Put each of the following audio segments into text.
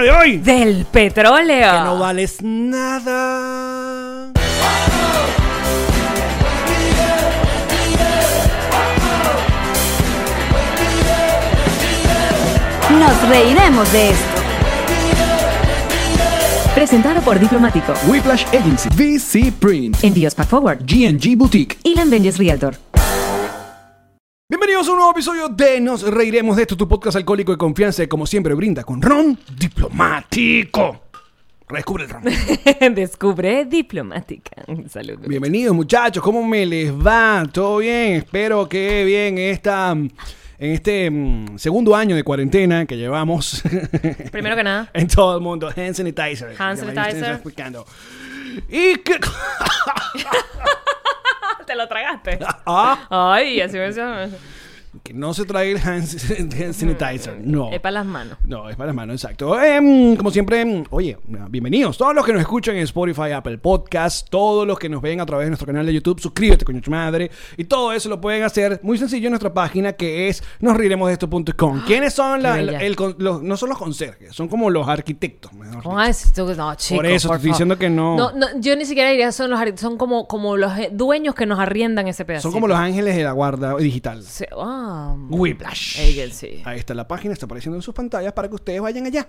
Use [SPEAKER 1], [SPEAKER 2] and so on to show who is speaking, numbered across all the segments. [SPEAKER 1] de hoy?
[SPEAKER 2] Del petróleo.
[SPEAKER 1] Que no vales nada.
[SPEAKER 3] Nos reiremos de esto. Presentado por Diplomático,
[SPEAKER 4] Whiplash Agency, VC Print,
[SPEAKER 3] Envíos Pack Forward
[SPEAKER 4] GNG Boutique.
[SPEAKER 3] y Lambenges Realtor.
[SPEAKER 1] Bienvenidos a un nuevo episodio de Nos Reiremos de esto, tu podcast alcohólico de confianza, que como siempre brinda con ron diplomático. Redescubre el ron.
[SPEAKER 2] Descubre diplomática. Salud.
[SPEAKER 1] Bienvenidos muchachos, ¿cómo me les va? ¿Todo bien? Espero que bien esta, en este mm, segundo año de cuarentena que llevamos.
[SPEAKER 2] Primero que nada.
[SPEAKER 1] En todo el mundo. Hand sanitizer.
[SPEAKER 2] Hand
[SPEAKER 1] Ya me estoy
[SPEAKER 2] sanitizer.
[SPEAKER 1] explicando. Y que...
[SPEAKER 2] Te lo tragaste.
[SPEAKER 1] Ah,
[SPEAKER 2] Ay, así me decía.
[SPEAKER 1] que no se trae el hand, san- hand sanitizer. No.
[SPEAKER 2] Es para las manos.
[SPEAKER 1] No, es para las manos, exacto. Em, como siempre, em, oye, bienvenidos. Todos los que nos escuchan en Spotify, Apple Podcast, todos los que nos ven a través de nuestro canal de YouTube, suscríbete, coño tu madre. Y todo eso lo pueden hacer muy sencillo en nuestra página que es nosriremosdeesto.com. ¿Quiénes son la-
[SPEAKER 2] Qué
[SPEAKER 1] la-
[SPEAKER 2] bella.
[SPEAKER 1] el con- los, no son los conserjes, son como los arquitectos, mejor dicho.
[SPEAKER 2] ¿Cómo vas a decir tú que no,
[SPEAKER 1] eso
[SPEAKER 2] chico?
[SPEAKER 1] te estoy
[SPEAKER 2] favor.
[SPEAKER 1] diciendo que no.
[SPEAKER 2] No, Yo ni siquiera diría son los arri- son como, como los eh, dueños que nos arriendan ese pedazo.
[SPEAKER 1] Son como los ángeles de la guarda digital.
[SPEAKER 2] Ah,
[SPEAKER 1] Whiplash.
[SPEAKER 2] Agency.
[SPEAKER 1] Ahí está la página, está apareciendo en sus pantallas para que ustedes vayan allá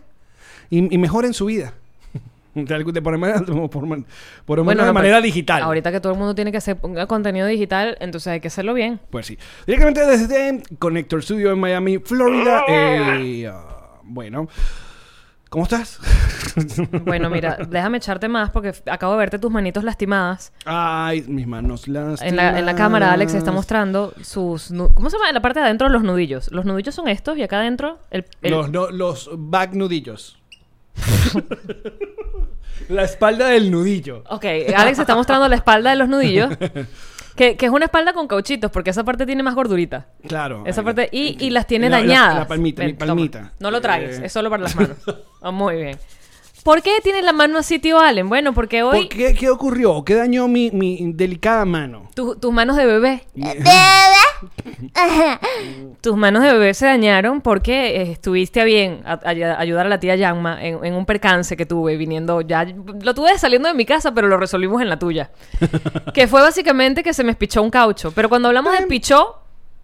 [SPEAKER 1] y, y mejoren su vida. De, algu- de por, manera- por, man- por lo menos de
[SPEAKER 2] no,
[SPEAKER 1] manera
[SPEAKER 2] pero
[SPEAKER 1] digital.
[SPEAKER 2] Ahorita que todo el mundo tiene que hacer ponga contenido digital, entonces hay que hacerlo bien.
[SPEAKER 1] Pues sí. Directamente desde Connector Studio en Miami, Florida. eh, ah, bueno. ¿Cómo estás?
[SPEAKER 2] Bueno, mira, déjame echarte más porque f- acabo de verte tus manitos lastimadas.
[SPEAKER 1] Ay, mis manos las.
[SPEAKER 2] En la, en la cámara Alex está mostrando sus... nu- ¿Cómo se llama? En la parte de adentro los nudillos. Los nudillos son estos y acá adentro el... el-
[SPEAKER 1] Los, no- los back nudillos. la espalda del nudillo.
[SPEAKER 2] Ok, Alex está mostrando la espalda de los nudillos. Que, que es una espalda con cauchitos, porque esa parte tiene más gordurita.
[SPEAKER 1] Claro.
[SPEAKER 2] Esa
[SPEAKER 1] ahí.
[SPEAKER 2] parte... Y, y las tiene
[SPEAKER 1] La- la-
[SPEAKER 2] dañadas.
[SPEAKER 1] La, palmita, mi
[SPEAKER 2] Ven, toma.
[SPEAKER 1] palmita.
[SPEAKER 2] No lo tragues,
[SPEAKER 1] Eh,
[SPEAKER 2] es solo para las manos. Ah, muy bien. ¿Por qué tiene la mano así, tío Allen? Bueno, porque hoy
[SPEAKER 1] ¿Por qué, ¿Qué ocurrió? ¿Qué dañó mi, mi delicada mano?
[SPEAKER 2] tu- tus manos de bebé... Tus manos de bebé se dañaron porque eh, estuviste a bien a, a- ayudar a la tía Yanma en, en un percance que tuve viniendo ya. Lo tuve saliendo de mi casa, pero lo resolvimos en la tuya. que fue básicamente que se me espichó un caucho. Pero cuando hablamos de pichó,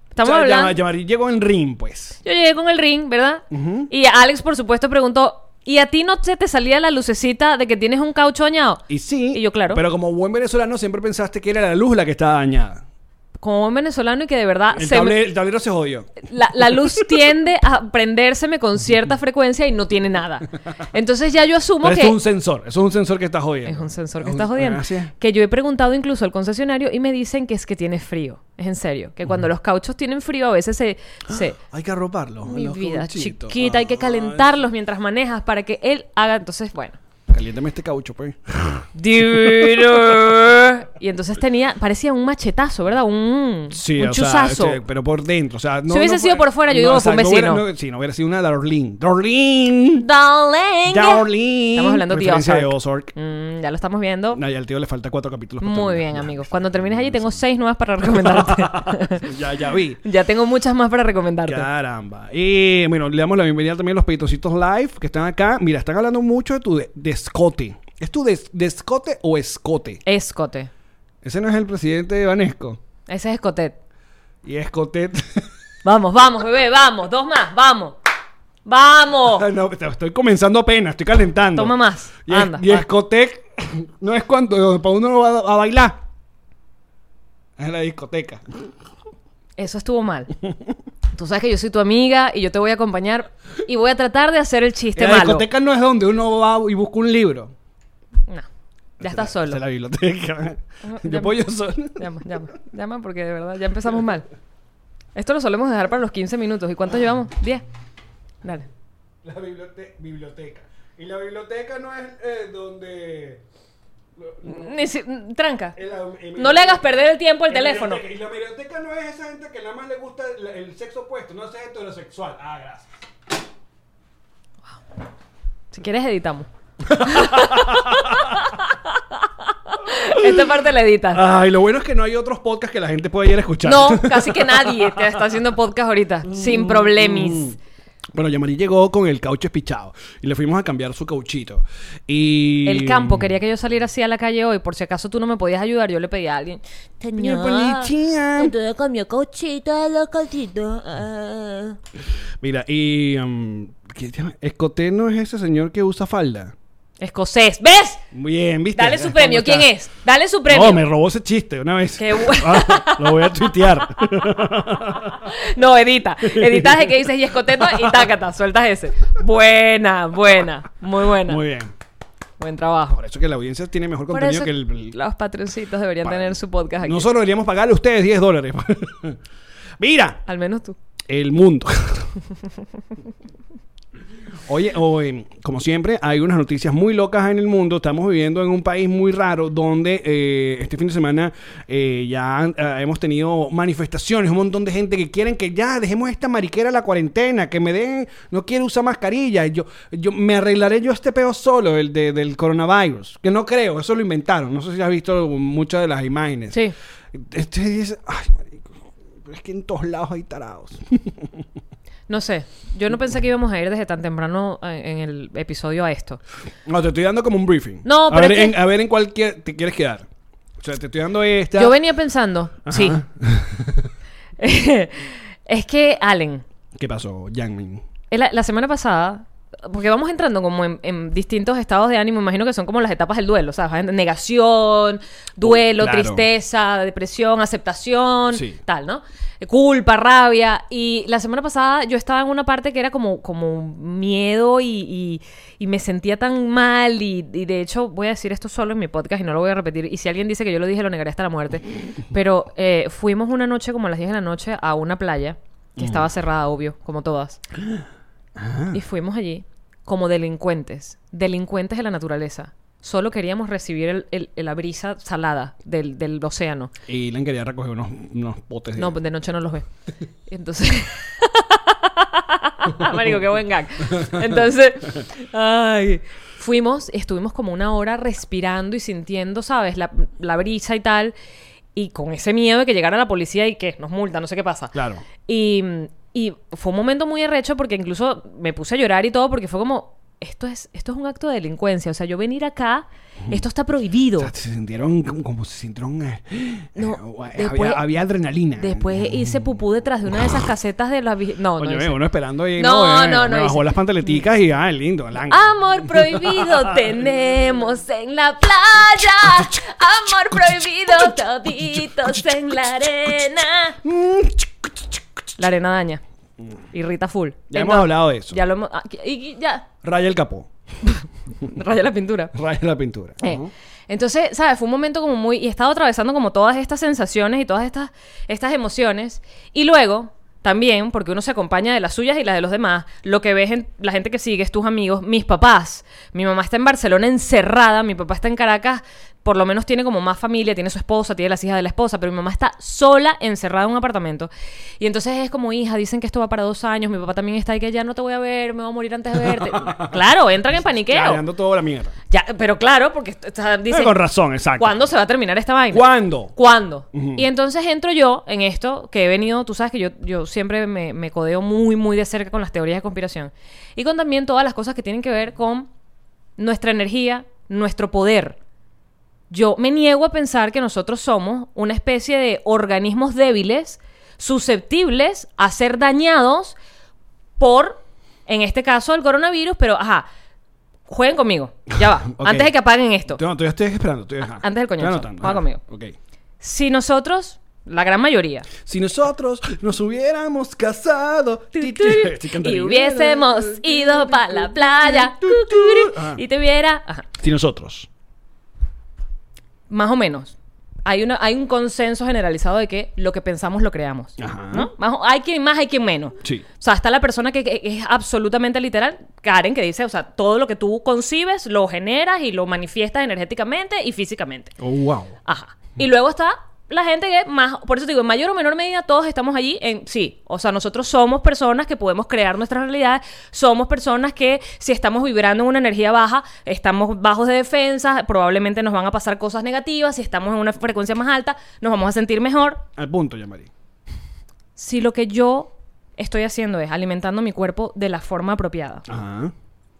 [SPEAKER 2] estamos
[SPEAKER 1] O sea,
[SPEAKER 2] hablando.
[SPEAKER 1] llama- llamar- llegó en ring, pues.
[SPEAKER 2] Yo llegué con el ring, ¿verdad? Y Alex, por supuesto, preguntó: ¿Y a ti no se te salía la lucecita de que tienes un caucho dañado?
[SPEAKER 1] Y sí.
[SPEAKER 2] Y yo, claro.
[SPEAKER 1] Pero como buen venezolano siempre pensaste que era la luz la que estaba dañada.
[SPEAKER 2] Como un venezolano y que de verdad
[SPEAKER 1] El,
[SPEAKER 2] se me-
[SPEAKER 1] table- el tablero se jodió.
[SPEAKER 2] la, la luz tiende a prendérseme con cierta frecuencia y no tiene nada. Entonces ya yo asumo
[SPEAKER 1] Pero
[SPEAKER 2] que
[SPEAKER 1] eso es un sensor. Eso es un sensor que está jodiendo.
[SPEAKER 2] es un sensor que
[SPEAKER 1] Es
[SPEAKER 2] está
[SPEAKER 1] un-
[SPEAKER 2] jodiendo.
[SPEAKER 1] Gracias.
[SPEAKER 2] Que yo he preguntado incluso al concesionario y me dicen que es que tiene frío. Es en serio. Que cuando los cauchos tienen frío a veces se... se
[SPEAKER 1] Hay que arroparlo.
[SPEAKER 2] mi
[SPEAKER 1] los
[SPEAKER 2] vida
[SPEAKER 1] cauchitos.
[SPEAKER 2] chiquita, hay que
[SPEAKER 1] Ay,
[SPEAKER 2] calentarlos mientras manejas para que él haga... Entonces, bueno.
[SPEAKER 1] Caliéntame este caucho, pues.
[SPEAKER 2] Divino. Y entonces tenía, parecía un machetazo, ¿verdad? Un,
[SPEAKER 1] Sí,
[SPEAKER 2] un
[SPEAKER 1] o sea, este-
[SPEAKER 2] chuzazo.
[SPEAKER 1] sí, pero por dentro. O sea, no,
[SPEAKER 2] Si hubiese
[SPEAKER 1] no
[SPEAKER 2] sido por fuera, yo digo, fue un
[SPEAKER 1] exacto, no hubiera-
[SPEAKER 2] vecino.
[SPEAKER 1] no- sí, no hubiera sido una Darlene. Darlene.
[SPEAKER 2] Darling.
[SPEAKER 1] Darlene.
[SPEAKER 2] Estamos hablando de
[SPEAKER 1] Referencia de
[SPEAKER 2] Ozark.
[SPEAKER 1] Ozark.
[SPEAKER 2] Mm, ya lo estamos viendo.
[SPEAKER 1] No, y al tío le falta cuatro capítulos. para
[SPEAKER 2] Muy
[SPEAKER 1] terminar.
[SPEAKER 2] bien,
[SPEAKER 1] Ya,
[SPEAKER 2] amigos. Cuando termines allí, tengo seis nuevas para recomendarte.
[SPEAKER 1] ya, ya vi.
[SPEAKER 2] ya tengo muchas más para recomendarte.
[SPEAKER 1] Caramba. Y bueno, le damos la bienvenida también a los peitocitos live que están acá. Mira, están hablando mucho de tu de- descote. ¿Es tu des- descote o escote?
[SPEAKER 2] Escote.
[SPEAKER 1] Ese no es el presidente de Banesco.
[SPEAKER 2] Ese es escotet.
[SPEAKER 1] Y escote.
[SPEAKER 2] Vamos, vamos, bebé, vamos. Dos más, vamos. Vamos.
[SPEAKER 1] no, te- estoy comenzando apenas, estoy calentando.
[SPEAKER 2] Oh. Toma más.
[SPEAKER 1] Y, es-
[SPEAKER 2] Anda,
[SPEAKER 1] y
[SPEAKER 2] va.
[SPEAKER 1] escote no es cuando para uno no va a, a bailar. Es la discoteca.
[SPEAKER 2] Eso estuvo mal. Tú sabes que yo soy tu amiga y yo te voy a acompañar y voy a tratar de hacer el chiste
[SPEAKER 1] la
[SPEAKER 2] Este malo.
[SPEAKER 1] discoteca no es donde uno va y busca un libro.
[SPEAKER 2] No. Ya estás
[SPEAKER 1] Esa
[SPEAKER 2] solo.
[SPEAKER 1] es la biblioteca.
[SPEAKER 2] Ajá,
[SPEAKER 1] yo
[SPEAKER 2] ya-
[SPEAKER 1] apoyo solo.
[SPEAKER 2] Llama, llama, llama porque de verdad ya empezamos mal. Esto lo solemos dejar para los 15 minutos. ¿Y cuántos llevamos? 10. Dale.
[SPEAKER 1] La bibliote- biblioteca. Y la biblioteca no es eh, donde...
[SPEAKER 2] Ni si- tranca.
[SPEAKER 1] en la- en-
[SPEAKER 2] No le hagas perder el tiempo al
[SPEAKER 1] en la
[SPEAKER 2] teléfono.
[SPEAKER 1] biblioteca. Y la biblioteca no es esa gente que nada más le gusta el, el sexo opuesto, no es heterosexual. Ah, gracias.
[SPEAKER 2] Si quieres, editamos. Esta parte la editas.
[SPEAKER 1] Ay, lo bueno es que no hay otros podcasts que la gente pueda ir a escuchar.
[SPEAKER 2] No, casi que nadie te está haciendo podcast ahorita.
[SPEAKER 1] Mm,
[SPEAKER 2] Sin problemis.
[SPEAKER 1] Bueno, Yamari llegó con el caucho espichado y le fuimos a cambiar su cauchito. Y...
[SPEAKER 2] El campo quería que yo saliera así a la calle hoy. Por si acaso tú no me podías ayudar, yo le pedí a alguien.
[SPEAKER 1] Mi policía.
[SPEAKER 5] Entonces comió cochita la cosita. ah.
[SPEAKER 1] Mira, y... um, ¿qué se llama? Escoté no es ese señor que usa falda.
[SPEAKER 2] Escocés. ¿Ves?
[SPEAKER 1] Muy bien, ¿viste?
[SPEAKER 2] Dale su
[SPEAKER 1] ¿Cómo
[SPEAKER 2] premio.
[SPEAKER 1] está?
[SPEAKER 2] ¿Quién es? Dale su premio.
[SPEAKER 1] No, me robó ese chiste una vez.
[SPEAKER 2] Qué bueno.
[SPEAKER 1] Ah, lo voy a tuitear.
[SPEAKER 2] No, edita. Editas de que dices y escoteta y tácata. Sueltas ese. Buena, buena. Muy buena.
[SPEAKER 1] Muy bien.
[SPEAKER 2] Buen trabajo.
[SPEAKER 1] Por eso que la audiencia tiene mejor
[SPEAKER 2] Por
[SPEAKER 1] contenido
[SPEAKER 2] eso
[SPEAKER 1] que el... el-
[SPEAKER 2] los patroncitos deberían
[SPEAKER 1] Para-
[SPEAKER 2] tener su podcast aquí.
[SPEAKER 1] Nosotros deberíamos pagarle a ustedes 10 dólares. Mira,
[SPEAKER 2] Al menos tú.
[SPEAKER 1] el mundo. Oye, hoy, como siempre, hay unas noticias muy locas en el mundo. Estamos viviendo en un país muy raro donde eh, este fin de semana eh, ya eh, hemos tenido manifestaciones, un montón de gente que quieren que ya dejemos esta mariquera la cuarentena, que me den, no quiero usar mascarilla, yo, yo me arreglaré yo este peo solo, el de- del coronavirus, que no creo, eso lo inventaron. No sé si has visto muchas de las imágenes.
[SPEAKER 2] Sí.
[SPEAKER 1] Este dice, ay, marico, pero es que en todos lados hay tarados.
[SPEAKER 2] No sé. Yo no pensé que íbamos a ir desde tan temprano eh, en el episodio a esto.
[SPEAKER 1] No, te estoy dando como un briefing.
[SPEAKER 2] No,
[SPEAKER 1] a
[SPEAKER 2] pero
[SPEAKER 1] ver,
[SPEAKER 2] es que-
[SPEAKER 1] en, a ver en cuál que- te quieres quedar. O sea, te estoy dando esta.
[SPEAKER 2] Yo venía pensando.
[SPEAKER 1] Ajá.
[SPEAKER 2] Sí. es que, Allen,
[SPEAKER 1] ¿Qué pasó, Yangmin?
[SPEAKER 2] el- la semana pasada, porque vamos entrando como en, en distintos estados de ánimo, imagino que son como las etapas del duelo, ¿sabes? Negación, duelo,
[SPEAKER 1] Uh, Claro.
[SPEAKER 2] tristeza, depresión, aceptación,
[SPEAKER 1] Sí.
[SPEAKER 2] tal, ¿no? Eh, Culpa, rabia. Y la semana pasada yo estaba en una parte que era como, como miedo y, y- y me sentía tan mal y, y de hecho voy a decir esto solo en mi podcast y no lo voy a repetir. Y si alguien dice que yo lo dije, lo negaré hasta la muerte. Pero eh, fuimos una noche, como a las 10 de la noche, a una playa que
[SPEAKER 1] Mm.
[SPEAKER 2] estaba cerrada, obvio, como todas. Y fuimos allí como delincuentes, delincuentes de la naturaleza. Solo queríamos recibir el- el- la brisa salada del, del océano.
[SPEAKER 1] Y Ilan quería recoger unos, unos potes de.
[SPEAKER 2] No, pues, de noche no los ve. Entonces. Marico, qué buen gag. Entonces, ay. Fuimos, estuvimos como una hora respirando y sintiendo, ¿sabes? La, la brisa y tal. Y con ese miedo de que llegara la policía y que nos multa, no sé qué pasa.
[SPEAKER 1] Claro.
[SPEAKER 2] Y, y fue un momento muy arrecho porque incluso me puse a llorar y todo porque fue como, esto es, esto es un acto de delincuencia. O sea, yo venir acá, esto está
[SPEAKER 1] O
[SPEAKER 2] prohibido.
[SPEAKER 1] sea, se sintieron como, como se sintieron. eh, eh,
[SPEAKER 2] No,
[SPEAKER 1] había-
[SPEAKER 2] después-
[SPEAKER 1] había, adrenalina.
[SPEAKER 2] Después hice pupú detrás de una de esas casetas de la... vi- No, no.
[SPEAKER 1] Coño, eh,
[SPEAKER 2] hice.
[SPEAKER 1] uno esperando ahí.
[SPEAKER 2] No,
[SPEAKER 1] No, eh,
[SPEAKER 2] no, no
[SPEAKER 1] Me bajó
[SPEAKER 2] hice.
[SPEAKER 1] las pantaleticas y ah, lindo, Alan.
[SPEAKER 2] Amor prohibido tenemos en la playa. Amor prohibido toditos en la arena.
[SPEAKER 1] Mm,
[SPEAKER 2] La arena daña. Irrita full.
[SPEAKER 1] Ya hemos hablado de eso.
[SPEAKER 2] Ya lo hemos... ah, y- y ya.
[SPEAKER 1] Raya el capó.
[SPEAKER 2] Raya la pintura.
[SPEAKER 1] Raya la pintura.
[SPEAKER 2] Eh, Entonces, ¿sabes? Fue un momento como muy... Y he estado atravesando como todas estas sensaciones y todas estas, estas emociones. Y luego, también, porque uno se acompaña de las suyas y las de los demás, lo que ves en la gente que sigues, tus amigos, mis papás. Mi mamá está en Barcelona encerrada, mi papá está en Caracas, por lo menos tiene como más familia, tiene su esposa, tiene las hijas de la esposa, pero mi mamá está sola encerrada en un apartamento. Y entonces es como, hija, dicen que esto va para dos años, mi papá también está ahí que ya no te voy a ver, me voy a morir antes de verte. claro, entran en paniqueo.
[SPEAKER 1] Clareando toda la mierda.
[SPEAKER 2] Ya, pero claro, porque o sea, dicen,
[SPEAKER 1] Eh, con razón, exacto.
[SPEAKER 2] ¿cuándo se va a terminar esta vaina?
[SPEAKER 1] ¿Cuándo?
[SPEAKER 2] ¿Cuándo?
[SPEAKER 1] Ujú.
[SPEAKER 2] Y entonces entro yo en esto que he venido, tú sabes que yo, yo siempre me, me codeo muy, muy de cerca con las teorías de conspiración y con también todas las cosas que tienen que ver con nuestra energía, nuestro poder. Yo me niego a pensar que nosotros somos una especie de organismos débiles, susceptibles a ser dañados por, en este caso, el coronavirus, pero ajá, jueguen conmigo, ya va,
[SPEAKER 1] Ok.
[SPEAKER 2] antes de que apaguen esto.
[SPEAKER 1] No, todavía estoy esperando. Estoy, ajá.
[SPEAKER 2] antes del coñazo.
[SPEAKER 1] Estoy anotando,
[SPEAKER 2] Juega
[SPEAKER 1] ajá.
[SPEAKER 2] conmigo.
[SPEAKER 1] Ok.
[SPEAKER 2] Si nosotros, la gran mayoría,
[SPEAKER 1] Si nosotros nos hubiéramos casado Estoy cantando.
[SPEAKER 2] y hubiésemos ido para la playa
[SPEAKER 1] Ajá.
[SPEAKER 2] y te viera, ajá,
[SPEAKER 1] Si nosotros
[SPEAKER 2] más o menos, hay, una, hay un consenso generalizado de que lo que pensamos lo creamos.
[SPEAKER 1] Ajá.
[SPEAKER 2] ¿no? Más o- hay quien más, hay quien menos.
[SPEAKER 1] Sí.
[SPEAKER 2] O sea, está la persona que, que es absolutamente literal, Karen, que dice, o sea, todo lo que tú concibes lo generas y lo manifiestas energéticamente y físicamente.
[SPEAKER 1] Oh, wow.
[SPEAKER 2] Ajá. Y luego está la gente que más, por eso te digo, en mayor o menor medida todos estamos allí en sí. O sea, nosotros somos personas que podemos crear nuestra realidad, somos personas que si estamos vibrando en una energía baja, estamos bajos de defensa, probablemente nos van a pasar cosas negativas, si estamos en una frecuencia más alta, nos vamos a sentir mejor.
[SPEAKER 1] Al punto, ya, María.
[SPEAKER 2] Si lo que yo estoy haciendo es alimentando mi cuerpo de la forma apropiada
[SPEAKER 1] Ajá.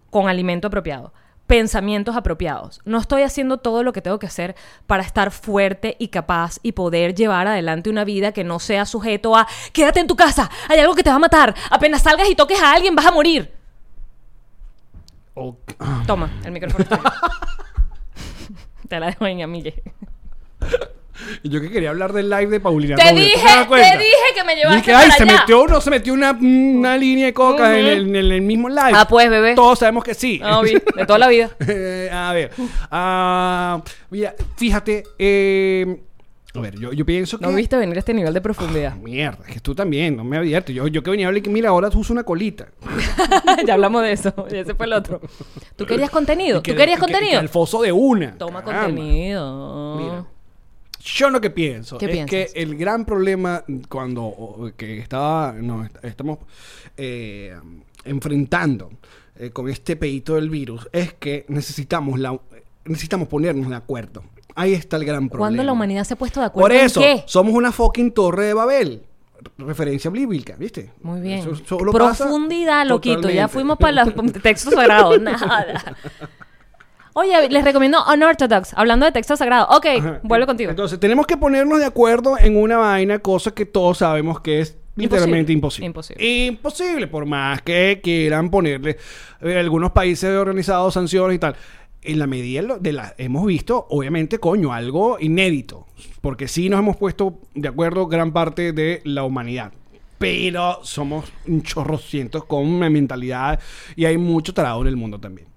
[SPEAKER 2] con alimento apropiado, pensamientos apropiados. No estoy haciendo todo lo que tengo que hacer para estar fuerte y capaz y poder llevar adelante una vida que no sea sujeto a quédate en tu casa, hay algo que te va a matar, apenas salgas y toques a alguien vas a morir.
[SPEAKER 1] Ok.
[SPEAKER 2] Toma, el micrófono. es tuyo. te la dejo en Amille.
[SPEAKER 1] Yo que quería hablar del live de Paulina.
[SPEAKER 2] Te
[SPEAKER 1] Rubio,
[SPEAKER 2] dije,
[SPEAKER 1] das cuenta?
[SPEAKER 2] te dije que me llevaste
[SPEAKER 1] Dije,
[SPEAKER 2] para
[SPEAKER 1] ay, se
[SPEAKER 2] allá".
[SPEAKER 1] metió uno, se metió una, una línea de coca
[SPEAKER 2] Ujú.
[SPEAKER 1] en, el, en el mismo live.
[SPEAKER 2] Ah, pues, bebé. Ah,
[SPEAKER 1] Todos sabemos que sí.
[SPEAKER 2] No, vi, de toda la vida.
[SPEAKER 1] Eh, a ver. ah, mira, fíjate. eh, a ver, yo, yo pienso que. Ah,
[SPEAKER 2] No viste venir a este nivel de profundidad.
[SPEAKER 1] Mierda, es que tú también, no me abierto. Yo, yo que venía a hablar que, mira, ahora uso una colita.
[SPEAKER 2] ya hablamos de eso. Y ese fue el otro. ¿Tú querías contenido?
[SPEAKER 1] Y que-
[SPEAKER 2] ¿Tú querías
[SPEAKER 1] y que- y que
[SPEAKER 2] contenido?
[SPEAKER 1] El foso de una.
[SPEAKER 2] Toma
[SPEAKER 1] Caramba.
[SPEAKER 2] contenido.
[SPEAKER 1] Mira. Yo lo que pienso
[SPEAKER 2] ¿Qué
[SPEAKER 1] es
[SPEAKER 2] piensas?
[SPEAKER 1] que el gran problema cuando o- que estaba, nos est- estamos eh, enfrentando eh, con este pedito del virus es que necesitamos, la, necesitamos ponernos de acuerdo. Ahí está el gran problema.
[SPEAKER 2] ¿Cuándo la humanidad se ha puesto de acuerdo
[SPEAKER 1] Por eso,
[SPEAKER 2] en qué?
[SPEAKER 1] somos una fucking torre de Babel. Referencia bíblica, ¿viste?
[SPEAKER 2] Muy bien.
[SPEAKER 1] Eso solo pasa
[SPEAKER 2] Profundidad, loquito.
[SPEAKER 1] totalmente.
[SPEAKER 2] Ya fuimos para los textos sagrados. Nada. Oye, les recomiendo Unorthodox. Hablando de textos sagrados. Ok,
[SPEAKER 1] Ajá.
[SPEAKER 2] vuelvo contigo.
[SPEAKER 1] Entonces, tenemos que ponernos de acuerdo en una vaina, cosa que todos sabemos que es literalmente imposible.
[SPEAKER 2] Imposible.
[SPEAKER 1] Imposible, por más que quieran ponerle eh, algunos países organizados sanciones y tal. En la medida lo- de la hemos visto, obviamente, coño, algo inédito. Porque sí nos hemos puesto de acuerdo gran parte de la humanidad. Pero somos un chorrocientos con una mentalidad y hay mucho tarado en el mundo también.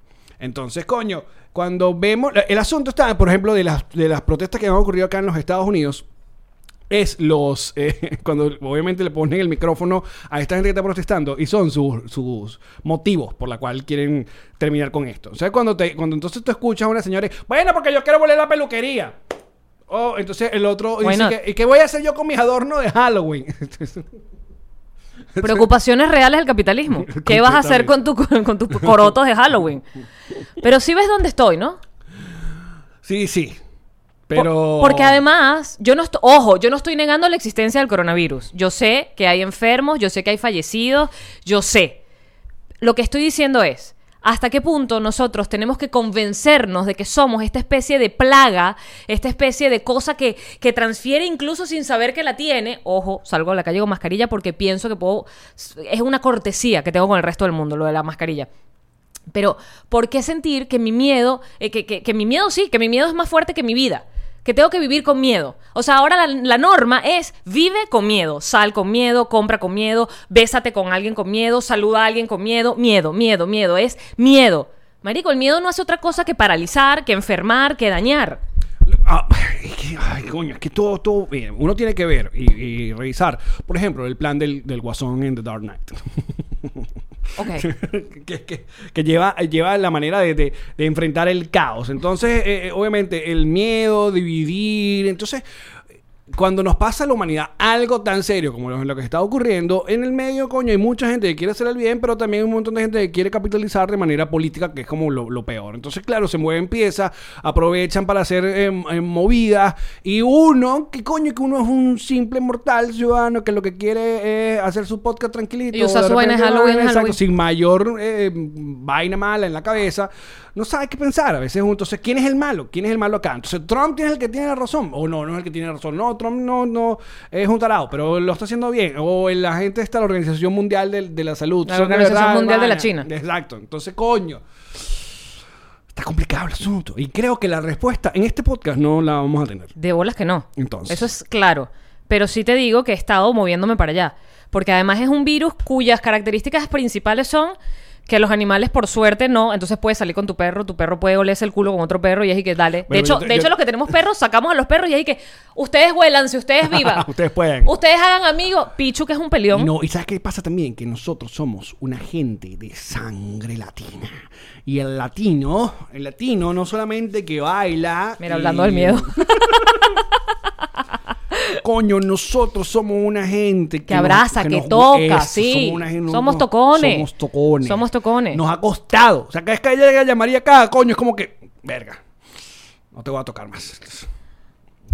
[SPEAKER 1] Entonces, coño, cuando vemos. El asunto está, por ejemplo, de las, de las protestas que han ocurrido acá en los Estados Unidos es los eh, cuando obviamente le ponen el micrófono a esta gente que está protestando y son sus, sus motivos por la cual quieren terminar con esto. O sea, cuando te cuando entonces tú escuchas a una señora, bueno, porque yo quiero volver a la peluquería. Oh, entonces el otro
[SPEAKER 2] Why
[SPEAKER 1] dice
[SPEAKER 2] not?
[SPEAKER 1] que, ¿y qué voy a hacer yo con mis adornos de Halloween? Entonces,
[SPEAKER 2] Preocupaciones reales del capitalismo. ¿Qué vas a hacer con, tu, con tus corotos de Halloween? Pero sí ves dónde estoy, ¿no?
[SPEAKER 1] sí, sí. Pero
[SPEAKER 2] Por- porque además, yo no estoy, ojo, yo no estoy negando la existencia del coronavirus. Yo sé que hay enfermos, yo sé que hay fallecidos, yo sé. Lo que estoy diciendo es, ¿hasta qué punto nosotros tenemos que convencernos de que somos esta especie de plaga, esta especie de cosa que, que transfiere incluso sin saber que la tiene? Ojo, salgo a la calle con mascarilla porque pienso que puedo, es una cortesía que tengo con el resto del mundo, lo de la mascarilla. Pero, ¿por qué sentir que mi miedo, eh, que, que- que mi miedo sí, que mi miedo es más fuerte que mi vida? Que tengo que vivir con miedo. O sea, ahora la, la norma es vive con miedo, sal con miedo, compra con miedo, bésate con alguien con miedo, saluda a alguien con miedo, miedo, miedo, miedo, es miedo. Marico, el miedo no hace otra cosa que paralizar, que enfermar, que dañar.
[SPEAKER 1] Ah, es que- ay, coño, es que todo, todo, mira, uno tiene que ver y, y revisar. Por ejemplo, el plan del, del Guasón en The Dark Knight.
[SPEAKER 2] Ok.
[SPEAKER 1] que, que- que lleva, lleva la manera de, de- de enfrentar el caos. Entonces, eh, obviamente, el miedo, dividir. Entonces, cuando nos pasa a la humanidad algo tan serio como lo, lo que está ocurriendo, en el medio, coño, hay mucha gente que quiere hacer el bien, pero también hay un montón de gente que quiere capitalizar de manera política, que es como lo, lo peor. Entonces, claro, se mueven piezas, aprovechan para hacer eh, eh, movidas, y uno, que coño, que uno es un simple mortal ciudadano que lo que quiere es hacer su podcast tranquilito.
[SPEAKER 2] Y usar
[SPEAKER 1] de
[SPEAKER 2] su vaina de
[SPEAKER 1] repente,
[SPEAKER 2] Halloween,
[SPEAKER 1] vaina, exacto,
[SPEAKER 2] Halloween.
[SPEAKER 1] sin mayor eh, vaina mala en la cabeza, no sabe qué pensar. A veces, entonces, ¿quién es el malo? ¿Quién es el malo acá? Entonces, Trump es el que tiene la razón. O no, no es el que tiene la razón. No, Trump no, no es un tarado, pero lo está haciendo bien. O la gente está la Organización Mundial del- de, la Salud.
[SPEAKER 2] La
[SPEAKER 1] Entonces, de
[SPEAKER 2] Organización Mundial de la
[SPEAKER 1] vaina.
[SPEAKER 2] China.
[SPEAKER 1] Exacto. Entonces, coño. Está complicado el asunto. Y creo que la respuesta en este podcast no la vamos a tener.
[SPEAKER 2] De bolas que no.
[SPEAKER 1] Entonces.
[SPEAKER 2] Eso es claro. Pero sí te digo que he estado moviéndome para allá. Porque además es un virus cuyas características principales son que los animales por suerte no, entonces puedes salir con tu perro, tu perro puede olerse el culo con otro perro y es y que dale. de
[SPEAKER 1] Bueno,
[SPEAKER 2] hecho,
[SPEAKER 1] yo te-
[SPEAKER 2] de
[SPEAKER 1] yo-
[SPEAKER 2] hecho los que tenemos perros sacamos a los perros y es y que ustedes huelan, si ustedes vivan.
[SPEAKER 1] Ustedes pueden.
[SPEAKER 2] Ustedes hagan amigos, Pichu que es un peleón.
[SPEAKER 1] Y No, y ¿sabes qué pasa también? Que nosotros somos una gente de sangre latina. Y el latino, el latino no solamente que baila...
[SPEAKER 2] Mira,
[SPEAKER 1] y-
[SPEAKER 2] hablando del miedo.
[SPEAKER 1] Coño, nosotros somos una gente que,
[SPEAKER 2] Que
[SPEAKER 1] nos-
[SPEAKER 2] abraza, que
[SPEAKER 1] nos-
[SPEAKER 2] toca, sí. Somos tocones.
[SPEAKER 1] Somos tocones.
[SPEAKER 2] Somos tocones.
[SPEAKER 1] Nos ha costado. O sea, cada vez que llega llamaría acá, coño, es como que, verga, no te voy a tocar más.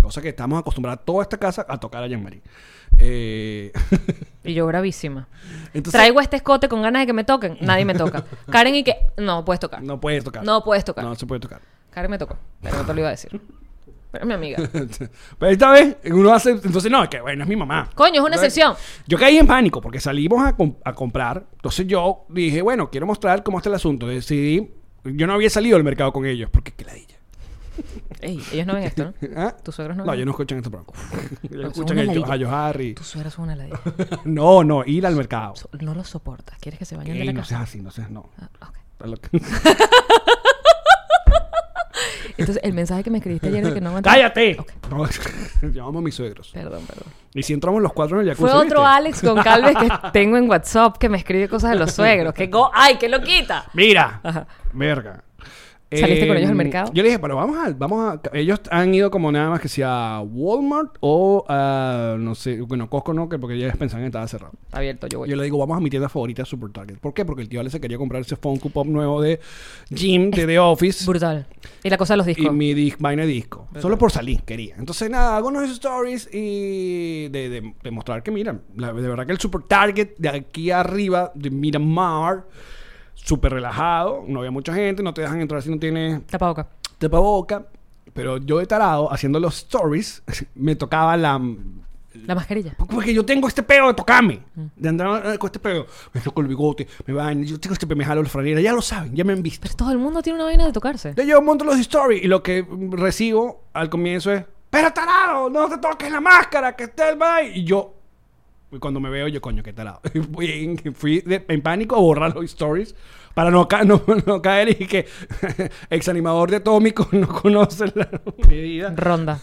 [SPEAKER 1] Cosa que estamos acostumbrados toda esta casa a tocar a Jean-Marie. Eh,
[SPEAKER 2] Y yo bravísima.
[SPEAKER 1] entonces,
[SPEAKER 2] Traigo este escote con ganas de que me toquen. Nadie me toca. Karen y que... No, puedes tocar.
[SPEAKER 1] Ah, No puedes tocar.
[SPEAKER 2] No puedes tocar.
[SPEAKER 1] No se puede tocar.
[SPEAKER 2] Karen me tocó. Pero no te lo iba a decir. Pero es mi amiga.
[SPEAKER 1] Pero esta vez uno hace. Entonces, no, es que bueno, es mi mamá.
[SPEAKER 2] Coño, es una excepción.
[SPEAKER 1] Yo caí en pánico porque salimos a, com- a comprar. Entonces yo dije, bueno, quiero mostrar cómo está el asunto. Decidí. Yo no había salido al mercado con ellos porque qué ladilla.
[SPEAKER 2] Ey, ellos no ven esto, ¿no?
[SPEAKER 1] ¿Ah?
[SPEAKER 2] ¿Tus suegros no
[SPEAKER 1] No,
[SPEAKER 2] ven?
[SPEAKER 1] ellos no escuchan este programa. ellos
[SPEAKER 2] son
[SPEAKER 1] escuchan
[SPEAKER 2] una
[SPEAKER 1] el
[SPEAKER 2] ladilla.
[SPEAKER 1] Yo Harry.
[SPEAKER 2] Tus suegros son una ladilla.
[SPEAKER 1] no, no, ir al mercado.
[SPEAKER 2] So- No los soportas. ¿Quieres que se vayan de
[SPEAKER 1] Ey,
[SPEAKER 2] la
[SPEAKER 1] no
[SPEAKER 2] casa?
[SPEAKER 1] seas así, no seas, no.
[SPEAKER 2] Ah, ok.
[SPEAKER 1] Estás loca.
[SPEAKER 2] Entonces, el mensaje que me escribiste ayer de que no aguantaba-
[SPEAKER 1] ¡Cállate!
[SPEAKER 2] Ok.
[SPEAKER 1] No, llamamos a mis suegros.
[SPEAKER 2] Perdón, perdón.
[SPEAKER 1] Y si entramos los cuatro en el jacuzzi.
[SPEAKER 2] Fue otro
[SPEAKER 1] ¿viste?
[SPEAKER 2] Alex Goncalves que tengo en WhatsApp que me escribe cosas de los suegros. Que go ¡Ay, qué loquita!
[SPEAKER 1] Mira.
[SPEAKER 2] Ajá.
[SPEAKER 1] Verga.
[SPEAKER 2] ¿Saliste con ellos al
[SPEAKER 1] Em,
[SPEAKER 2] mercado?
[SPEAKER 1] Yo le dije, pero vamos a, vamos a. Ellos han ido como nada más que sea a Walmart o a. No sé, bueno, Costco no, que porque ellos pensaban que estaba cerrado.
[SPEAKER 2] Está abierto, yo voy.
[SPEAKER 1] Yo le digo, vamos a mi tienda favorita, Super Target. ¿Por qué? Porque el tío Ale se quería comprar ese Funko Pop nuevo de Jim de The Office.
[SPEAKER 2] Brutal. Y la cosa de los
[SPEAKER 1] Y
[SPEAKER 2] discos.
[SPEAKER 1] mi dis- vaina de disco. Solo por salir, quería. Entonces, nada, hago unos stories y de, de- de mostrar que, mira, la- de verdad que el super target de aquí arriba, de Miramar, súper relajado, no había mucha gente, no te dejan entrar si no tienes
[SPEAKER 2] Tapaboca.
[SPEAKER 1] tapaboca. Pero yo de tarado, haciendo los stories, me tocaba la...
[SPEAKER 2] La mascarilla.
[SPEAKER 1] Porque yo tengo este pedo de tocarme. De andar eh, con este pedo. Me toco el bigote, me van, yo tengo este pedo, me jalo la franela. Ya lo saben, ya me han visto.
[SPEAKER 2] Pero todo el mundo tiene una vaina de tocarse.
[SPEAKER 1] Yo, yo monto los stories y lo que recibo al comienzo es, pero tarado, no te toques la máscara, que está el baile. Y yo, y cuando me veo, yo, coño, qué tarado. Y Fui, en, fui de- en pánico a borrar los stories para no, ca- no, no caer y que ex animador de Atómico no conoce la medida.
[SPEAKER 2] Ronda.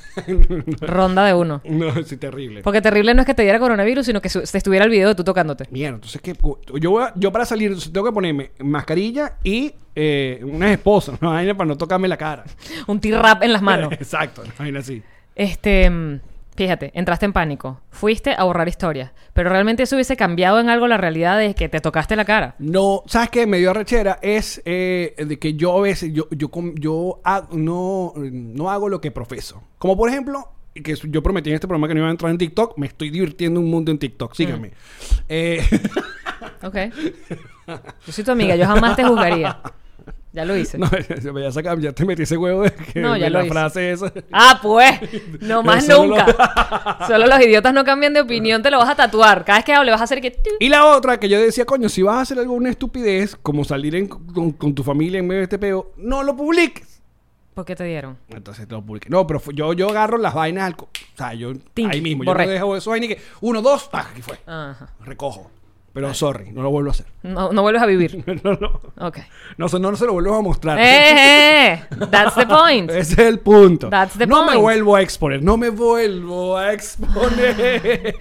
[SPEAKER 2] Ronda de uno.
[SPEAKER 1] No, es terrible.
[SPEAKER 2] Porque terrible no es que te diera coronavirus, sino que su- se estuviera el video de tú tocándote.
[SPEAKER 1] Mierda, entonces que yo, voy a- yo para salir tengo que ponerme mascarilla y eh, una esposa, una vaina para no tocarme la cara.
[SPEAKER 2] Un T-rap en las manos.
[SPEAKER 1] Exacto, una vaina así.
[SPEAKER 2] Este, mm, fíjate, entraste en pánico. Fuiste a borrar historias. Pero realmente eso hubiese cambiado en algo la realidad de que te tocaste la cara.
[SPEAKER 1] No, ¿sabes qué? Me dio arrechera. Es eh, de que yo a veces, yo, yo, com- yo ha- no, no hago lo que profeso. Como por ejemplo, que su- yo prometí en este programa que no iba a entrar en TikTok. Me estoy divirtiendo un mundo en TikTok. Síganme.
[SPEAKER 2] Mm.
[SPEAKER 1] Eh,
[SPEAKER 2] Ok. Yo soy tu amiga, yo jamás te juzgaría. Ya lo hice.
[SPEAKER 1] no, ya, ya saca- ya te metí ese huevo de que
[SPEAKER 2] No, ya
[SPEAKER 1] de
[SPEAKER 2] lo
[SPEAKER 1] la
[SPEAKER 2] hice.
[SPEAKER 1] frase esa.
[SPEAKER 2] Ah, pues, no más
[SPEAKER 1] solo
[SPEAKER 2] nunca. Solo los idiotas no cambian de opinión, te lo vas a tatuar. Cada vez que hable vas a hacer que...
[SPEAKER 1] Y la otra que yo decía, coño, si vas a hacer alguna estupidez, como salir en- con, con tu familia en medio de este peo, no lo publiques.
[SPEAKER 2] ¿Por qué te dieron?
[SPEAKER 1] Entonces te lo publiqué. No, pero fu- yo, yo agarro las vainas al. co- O sea, yo.
[SPEAKER 2] Tin,
[SPEAKER 1] ahí mismo.
[SPEAKER 2] borré.
[SPEAKER 1] Yo no dejo eso vaina y que. Uno, dos, ¡ah! Aquí fue.
[SPEAKER 2] Ajá.
[SPEAKER 1] Recojo. Pero sorry, no lo vuelvo a hacer.
[SPEAKER 2] No, no vuelves a vivir.
[SPEAKER 1] no, no.
[SPEAKER 2] Ok.
[SPEAKER 1] No, se- no se lo vuelvo a mostrar.
[SPEAKER 2] ¡Eh, eh! That's the point.
[SPEAKER 1] Ese es el punto.
[SPEAKER 2] That's the
[SPEAKER 1] no me
[SPEAKER 2] point.
[SPEAKER 1] vuelvo a exponer. No me vuelvo a exponer.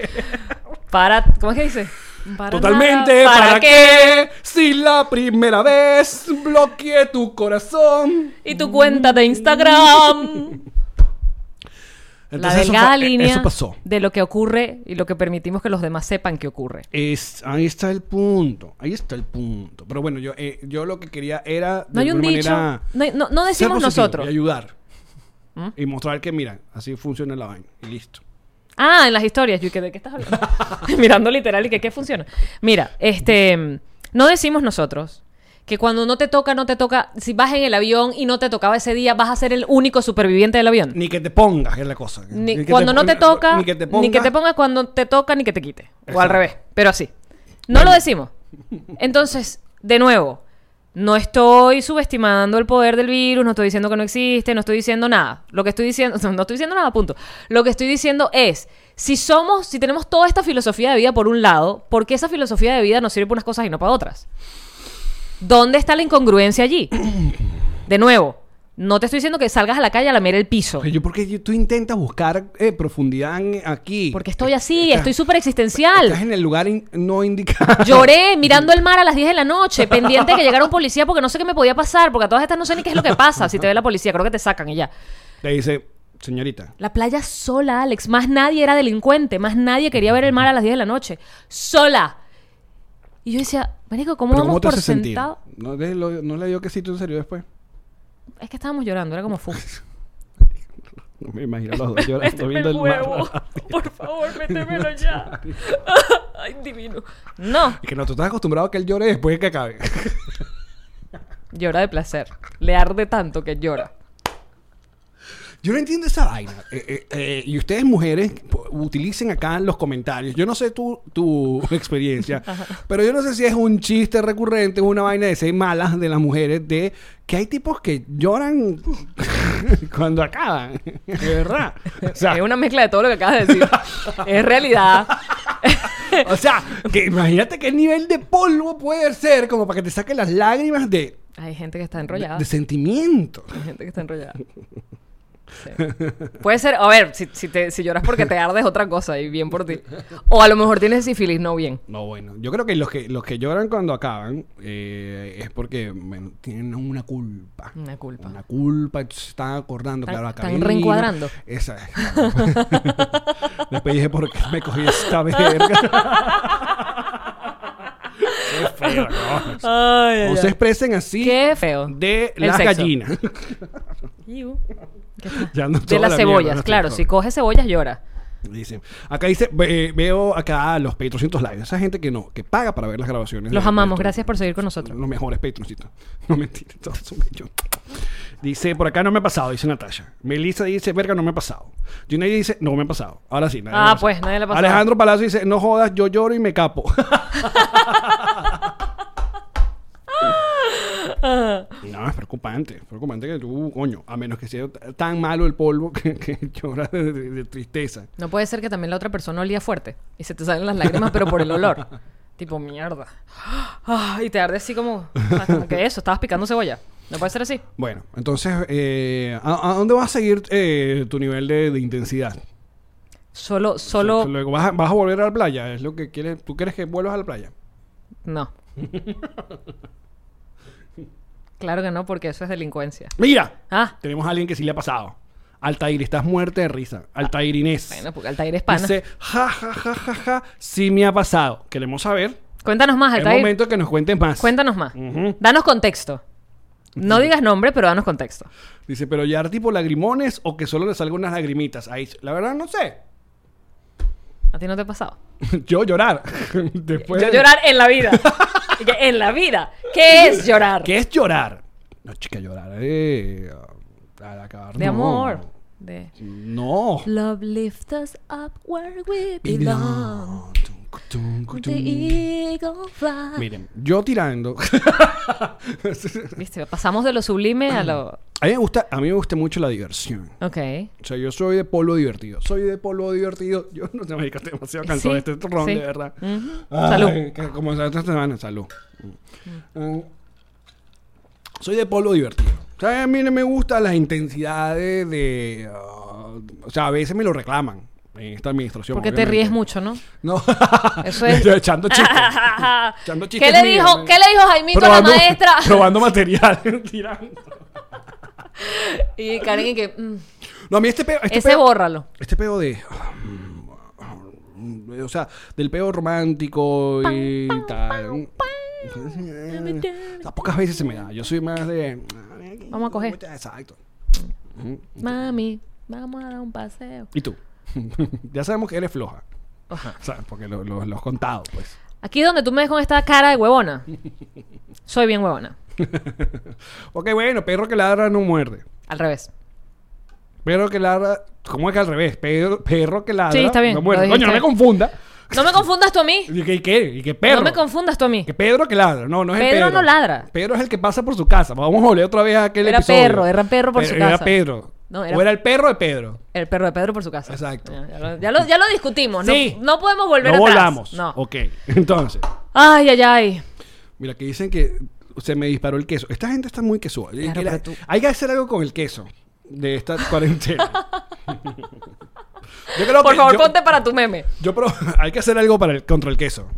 [SPEAKER 2] Para... ¿Cómo es que dice? Para
[SPEAKER 1] Totalmente.
[SPEAKER 2] nada,
[SPEAKER 1] ¿Para, qué? Si la primera vez bloqueé tu corazón.
[SPEAKER 2] Y tu cuenta de Instagram. la
[SPEAKER 1] Entonces, eso
[SPEAKER 2] delgada
[SPEAKER 1] fue- eh,
[SPEAKER 2] línea
[SPEAKER 1] Eso pasó.
[SPEAKER 2] de lo que ocurre y lo que permitimos que los demás sepan que ocurre.
[SPEAKER 1] Es- ahí está el punto. Ahí está el punto. Pero bueno, yo, eh, yo lo que quería era. de
[SPEAKER 2] No hay un
[SPEAKER 1] alguna
[SPEAKER 2] dicho.
[SPEAKER 1] manera,
[SPEAKER 2] No, hay- no- no
[SPEAKER 1] ser
[SPEAKER 2] decimos
[SPEAKER 1] positivo
[SPEAKER 2] nosotros.
[SPEAKER 1] Y
[SPEAKER 2] ¿Mm?
[SPEAKER 1] ayudar. Y mostrar que, mira, así funciona la vaina. Y listo.
[SPEAKER 2] Ah, en las historias. Yo que de qué estás hablando. Mirando literal y que qué funciona. Mira, este. No decimos nosotros que cuando no te toca, no te toca. Si vas en el avión y no te tocaba ese día, vas a ser el único superviviente del avión.
[SPEAKER 1] Ni que te pongas, es la cosa.
[SPEAKER 2] Ni-
[SPEAKER 1] que
[SPEAKER 2] cuando no te
[SPEAKER 1] pongas-
[SPEAKER 2] toca,
[SPEAKER 1] ni que te pongas.
[SPEAKER 2] ponga cuando te toca, ni que te quite. O al
[SPEAKER 1] Exacto.
[SPEAKER 2] revés, pero así. No lo decimos. Entonces, de nuevo, no estoy subestimando el poder del virus, no estoy diciendo que no existe, no estoy diciendo nada. Lo que estoy diciendo, no estoy diciendo nada, punto. Lo que estoy diciendo es, si somos, si tenemos toda esta filosofía de vida por un lado, ¿por qué esa filosofía de vida nos sirve para unas cosas y no para otras? ¿Dónde está la incongruencia allí? De nuevo, no te estoy diciendo que salgas a la calle a lamer el piso.
[SPEAKER 1] Porque yo, porque yo- tú intentas buscar eh, profundidad en- aquí.
[SPEAKER 2] Porque estoy así,
[SPEAKER 1] Estás-
[SPEAKER 2] estoy súper
[SPEAKER 1] Estás
[SPEAKER 2] existencial.
[SPEAKER 1] en el lugar in- no indicado.
[SPEAKER 2] Lloré mirando el mar a las 10 de la noche, pendiente de que llegara un policía porque no sé qué me podía pasar, porque a todas estas no sé ni qué es lo que pasa. Si te ve la policía, creo que te sacan y ya.
[SPEAKER 1] Le dice, señorita.
[SPEAKER 2] La playa sola, Alex. Más nadie era delincuente. Más nadie quería ver el mar a las 10 de la noche. Sola. Y yo decía, marico, ¿cómo
[SPEAKER 1] ¿Pero
[SPEAKER 2] vamos
[SPEAKER 1] cómo te
[SPEAKER 2] por
[SPEAKER 1] hace sentir?
[SPEAKER 2] sentado?
[SPEAKER 1] ¿No, le- lo- no le dio que sí, tú en serio después?
[SPEAKER 2] Es que estábamos llorando, era como fu.
[SPEAKER 1] No me imagino a los dos
[SPEAKER 2] Este
[SPEAKER 1] llorando viendo el, mar.
[SPEAKER 2] Por favor, métemelo ya. Ay, divino. No.
[SPEAKER 1] Y que no, tú estás acostumbrado a que él llore después de que acabe.
[SPEAKER 2] Llora de placer. Le arde tanto que llora.
[SPEAKER 1] Yo no entiendo esa vaina. Eh, eh, eh, y ustedes, mujeres, po- utilicen acá en los comentarios. Yo no sé tu, tu experiencia, pero yo no sé si es un chiste recurrente, es una vaina de ser malas de las mujeres, de que hay tipos que lloran cuando acaban. Es verdad. O sea,
[SPEAKER 2] es una mezcla de todo lo que acabas de decir. es realidad.
[SPEAKER 1] o sea, que imagínate qué nivel de polvo puede ser como para que te saque las lágrimas de,
[SPEAKER 2] Hay gente que está
[SPEAKER 1] de,
[SPEAKER 2] enrollada.
[SPEAKER 1] de sentimiento.
[SPEAKER 2] Hay gente que está enrollada. Sí. Puede ser, a ver, si, si te- si lloras porque te ardes otra cosa y bien por ti. O a lo mejor tienes sífilis, no bien.
[SPEAKER 1] No, bueno, yo creo que los que, los que lloran cuando acaban eh, es porque bueno, tienen una culpa.
[SPEAKER 2] Una culpa.
[SPEAKER 1] Una culpa, entonces se están acordando,
[SPEAKER 2] Están-
[SPEAKER 1] claro, acá.
[SPEAKER 2] están
[SPEAKER 1] vino.
[SPEAKER 2] reencuadrando.
[SPEAKER 1] Esa es. Después dije, ¿por qué me cogí esta verga? Qué feo, ¿no?
[SPEAKER 2] Ay,
[SPEAKER 1] No se expresen así
[SPEAKER 2] Qué feo.
[SPEAKER 1] de
[SPEAKER 2] El
[SPEAKER 1] las
[SPEAKER 2] sexo.
[SPEAKER 1] gallinas. Ya no
[SPEAKER 2] De
[SPEAKER 1] toda la
[SPEAKER 2] las
[SPEAKER 1] mierda,
[SPEAKER 2] cebollas,
[SPEAKER 1] no
[SPEAKER 2] claro.
[SPEAKER 1] estoy
[SPEAKER 2] Si coges cebollas, llora.
[SPEAKER 1] Dice, acá dice, ve- veo acá los Patrocientos Live, esa gente que no, que paga para ver las grabaciones.
[SPEAKER 2] Los
[SPEAKER 1] de- de
[SPEAKER 2] amamos.
[SPEAKER 1] esto.
[SPEAKER 2] Gracias por seguir con nosotros.
[SPEAKER 1] Los mejores Patroncitos. No mentira, todos son bellos. Dice, por acá no me ha pasado, dice Natasha. Melissa dice, verga, no me ha pasado. Junaid dice, no me ha pasado. Ahora sí, nadie
[SPEAKER 2] Ah,
[SPEAKER 1] le ha pasado.
[SPEAKER 2] pues, nadie le ha pasado.
[SPEAKER 1] Alejandro Palacio dice, no jodas, yo lloro y me capo. no, es preocupante. Es preocupante que tú, coño, a menos que sea t- tan malo el polvo que, que lloras de- de- de tristeza.
[SPEAKER 2] No puede ser que también la otra persona olía fuerte y se te salen las lágrimas, pero por el olor. Tipo, mierda. Ah, y te arde así como, ah, como que eso, estabas picando cebolla. No puede ser así.
[SPEAKER 1] Bueno, entonces, eh, ¿a, a dónde vas a seguir eh, tu nivel de, de intensidad?
[SPEAKER 2] Solo, solo.
[SPEAKER 1] Luego, ¿vas, a, vas a volver a la playa? ¿Es lo que quieres? ¿Tú quieres que vuelvas a la playa?
[SPEAKER 2] No. Claro que no, porque eso es delincuencia.
[SPEAKER 1] ¡Mira!
[SPEAKER 2] Ah,
[SPEAKER 1] Tenemos a alguien que sí le ha pasado. Altair, estás muerta de risa. Altair Inés.
[SPEAKER 2] bueno, porque Altair es pana.
[SPEAKER 1] Dice, ja, ja, ja, ja, ja, sí me ha pasado. Queremos saber.
[SPEAKER 2] Cuéntanos más,
[SPEAKER 1] Es
[SPEAKER 2] Altair.
[SPEAKER 1] momento que nos cuentes más.
[SPEAKER 2] Cuéntanos más.
[SPEAKER 1] Ujú.
[SPEAKER 2] Danos contexto. No digas nombre, pero danos contexto.
[SPEAKER 1] Dice, pero ya tipo lagrimones o que solo le salgan unas lagrimitas. Ahí, la verdad, no sé.
[SPEAKER 2] ¿A ti no te ha pasado?
[SPEAKER 1] Yo llorar. Después
[SPEAKER 2] Yo
[SPEAKER 1] de-
[SPEAKER 2] llorar en la vida. Y que en la vida. ¿Qué es llorar?
[SPEAKER 1] ¿Qué es llorar? No, chica, llorar. Eh, al acabar.
[SPEAKER 2] De
[SPEAKER 1] no.
[SPEAKER 2] amor. De...
[SPEAKER 1] No.
[SPEAKER 5] Love lift us up where we belong. The eagle
[SPEAKER 2] Ah.
[SPEAKER 5] fly.
[SPEAKER 1] Miren, yo tirando.
[SPEAKER 2] ¿Viste? Pasamos de lo sublime a lo...
[SPEAKER 1] a mí me gusta, a mí me gusta mucho la diversión.
[SPEAKER 2] Ok.
[SPEAKER 1] O sea, yo soy de polvo divertido. Soy de polvo divertido. Yo no te marica, estoy demasiado cansado de
[SPEAKER 2] Sí,
[SPEAKER 1] este ron,
[SPEAKER 2] sí.
[SPEAKER 1] de verdad.
[SPEAKER 2] Ujú.
[SPEAKER 1] Ay,
[SPEAKER 2] Salud.
[SPEAKER 1] que como se esta semana, salud. Mm. Soy de polvo divertido. O sea, a mí no me gustan las intensidades de. ah, o sea, a veces me lo reclaman en esta administración.
[SPEAKER 2] Porque te
[SPEAKER 1] obviamente.
[SPEAKER 2] ríes mucho, ¿no?
[SPEAKER 1] No.
[SPEAKER 2] Eso es-
[SPEAKER 1] Yo echando chistes. echando chistes.
[SPEAKER 2] ¿Qué le
[SPEAKER 1] míos,
[SPEAKER 2] dijo,
[SPEAKER 1] ¿no?
[SPEAKER 2] ¿qué le dijo Jaimito a la
[SPEAKER 1] Probando-
[SPEAKER 2] maestra?
[SPEAKER 1] Probando material. tirando.
[SPEAKER 2] Y Karen y que... mm,
[SPEAKER 1] No, a mí este peo. Este
[SPEAKER 2] ese
[SPEAKER 1] peo-
[SPEAKER 2] bórralo.
[SPEAKER 1] Este peo de. O sea, del peo romántico y tal. O sea, pocas veces se me da. Yo soy más de.
[SPEAKER 2] Vamos a coger.
[SPEAKER 1] Exacto.
[SPEAKER 2] Mami, vamos a dar un paseo.
[SPEAKER 1] ¿Y tú? ya sabemos que eres floja. O sea, porque lo- lo- los contados, pues.
[SPEAKER 2] Aquí es donde tú me ves con esta cara de huevona. Soy bien huevona.
[SPEAKER 1] Ok, bueno, perro que ladra no muerde.
[SPEAKER 2] Al revés.
[SPEAKER 1] Perro que ladra. ¿Cómo es que al revés? Perro, perro que ladra
[SPEAKER 2] Sí, está bien,
[SPEAKER 1] no muerde.
[SPEAKER 2] lo
[SPEAKER 1] Coño,
[SPEAKER 2] dijiste
[SPEAKER 1] no me
[SPEAKER 2] bien.
[SPEAKER 1] confunda.
[SPEAKER 2] No me confundas tú a mí.
[SPEAKER 1] ¿Y qué? ¿Y qué? ¿Y qué perro?
[SPEAKER 2] No me confundas tú a mí.
[SPEAKER 1] Que Pedro que ladra. No, no es el
[SPEAKER 2] Pedro
[SPEAKER 1] Pedro.
[SPEAKER 2] no ladra.
[SPEAKER 1] Pedro es el que pasa por su casa. Vamos a volver otra vez a aquel
[SPEAKER 2] Era
[SPEAKER 1] episodio.
[SPEAKER 2] perro, era perro por
[SPEAKER 1] Pero
[SPEAKER 2] su
[SPEAKER 1] era
[SPEAKER 2] casa.
[SPEAKER 1] Pedro.
[SPEAKER 2] No, era-
[SPEAKER 1] O era el perro de Pedro.
[SPEAKER 2] El perro de Pedro por su casa.
[SPEAKER 1] Exacto.
[SPEAKER 2] Ya, ya lo, ya lo- ya lo discutimos. No-
[SPEAKER 1] Sí.
[SPEAKER 2] No, podemos volver
[SPEAKER 1] no
[SPEAKER 2] atrás.
[SPEAKER 1] volamos.
[SPEAKER 2] No.
[SPEAKER 1] Ok. Entonces,
[SPEAKER 2] Ay, ay, ay.
[SPEAKER 1] mira, que dicen que se me disparó el queso. Esta gente está muy quesuda.
[SPEAKER 2] Claro,
[SPEAKER 1] Que la-
[SPEAKER 2] pero tú-
[SPEAKER 1] Hay que hacer algo con el queso de esta cuarentena. yo creo
[SPEAKER 2] Por
[SPEAKER 1] que
[SPEAKER 2] favor,
[SPEAKER 1] yo-
[SPEAKER 2] ponte para tu meme.
[SPEAKER 1] yo pro- hay que hacer algo para el, contra el queso.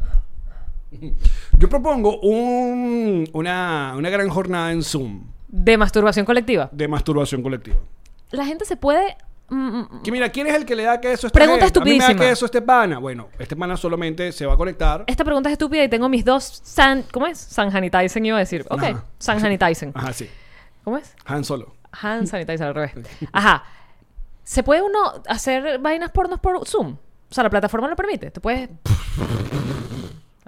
[SPEAKER 1] Yo propongo un- una, una gran jornada en Zoom
[SPEAKER 2] De masturbación colectiva.
[SPEAKER 1] de masturbación colectiva.
[SPEAKER 2] La gente se puede. mm, mm,
[SPEAKER 1] Que mira, ¿quién es el que le da queso a este A
[SPEAKER 2] Pregunta
[SPEAKER 1] mí me
[SPEAKER 2] estupidísima.
[SPEAKER 1] da queso a este pana. Bueno, este pana solamente se va a conectar.
[SPEAKER 2] Esta pregunta es estúpida y tengo mis dos san... ¿Cómo es? San Sanitizen iba a decir. Ok,
[SPEAKER 1] Ajá.
[SPEAKER 2] San Sanitizen.
[SPEAKER 1] Ajá, sí.
[SPEAKER 2] ¿Cómo es?
[SPEAKER 1] Han Solo.
[SPEAKER 2] Hand Sanitizer al revés. Ajá. ¿Se puede uno hacer vainas pornos por Zoom? O sea, la plataforma lo permite. Te puedes...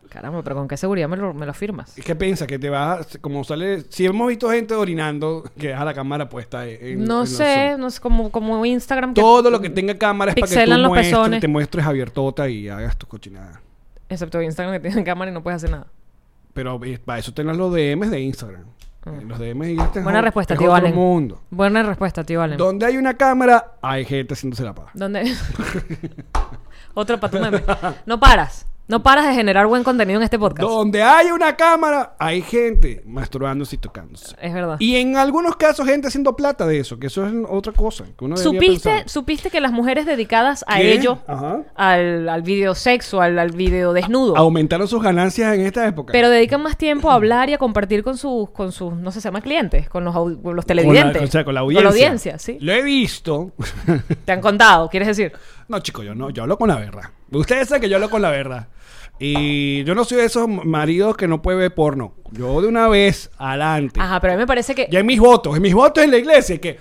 [SPEAKER 2] Caramba, pero ¿con qué seguridad me lo, me lo firmas?
[SPEAKER 1] ¿Qué piensa? Que te vas, como sale... Si hemos visto gente orinando, que deja la cámara puesta en en
[SPEAKER 2] No
[SPEAKER 1] los
[SPEAKER 2] sé,
[SPEAKER 1] Zoom.
[SPEAKER 2] no sé, como, como Instagram. que-
[SPEAKER 1] Todo lo que tenga cámara es para que tú
[SPEAKER 2] Pixelan los
[SPEAKER 1] muestres,
[SPEAKER 2] pezones.
[SPEAKER 1] te muestres abiertota y hagas tu cochinada.
[SPEAKER 2] Excepto Instagram que tiene cámara y no puedes hacer nada.
[SPEAKER 1] Pero eh, para eso tenés los DMs de Instagram. Eh, Los DMs de Instagram
[SPEAKER 2] Mm. Buena respuesta,
[SPEAKER 1] es
[SPEAKER 2] tío
[SPEAKER 1] otro
[SPEAKER 2] Allen.
[SPEAKER 1] mundo.
[SPEAKER 2] Buena respuesta, tío Allen.
[SPEAKER 1] Donde hay una cámara, hay gente haciéndose la paja.
[SPEAKER 2] ¿Dónde? Otro para tu meme. No paras. No paras de generar buen contenido en este podcast.
[SPEAKER 1] Donde hay una cámara, hay gente masturbándose y tocándose.
[SPEAKER 2] Es verdad.
[SPEAKER 1] Y en algunos casos, gente haciendo plata de eso, que eso es otra cosa. Que uno debería
[SPEAKER 2] ¿Supiste,
[SPEAKER 1] pensar.
[SPEAKER 2] ¿Supiste que las mujeres dedicadas a
[SPEAKER 1] ¿Qué? Ah.
[SPEAKER 2] ello,
[SPEAKER 1] Ajá.
[SPEAKER 2] al, al video sexo, al, al video
[SPEAKER 1] Ah,
[SPEAKER 2] desnudo,
[SPEAKER 1] Aumentaron sus ganancias en esta época.
[SPEAKER 2] pero dedican más tiempo a hablar y a compartir con sus, con sus no sé, se llama clientes, con los, au- con los
[SPEAKER 1] Con la-
[SPEAKER 2] televidentes.
[SPEAKER 1] o sea, con la audiencia.
[SPEAKER 2] audiencia, sí.
[SPEAKER 1] Lo he visto.
[SPEAKER 2] Te han contado, quieres decir.
[SPEAKER 1] No, chico, yo no, yo hablo con la verdad. Ustedes saben que yo hablo con la verdad. Y yo no soy de esos maridos que no puede ver porno. Yo de una vez, adelante.
[SPEAKER 2] Ajá, pero a mí me parece que
[SPEAKER 1] Ya en mis votos, en mis votos en la iglesia, que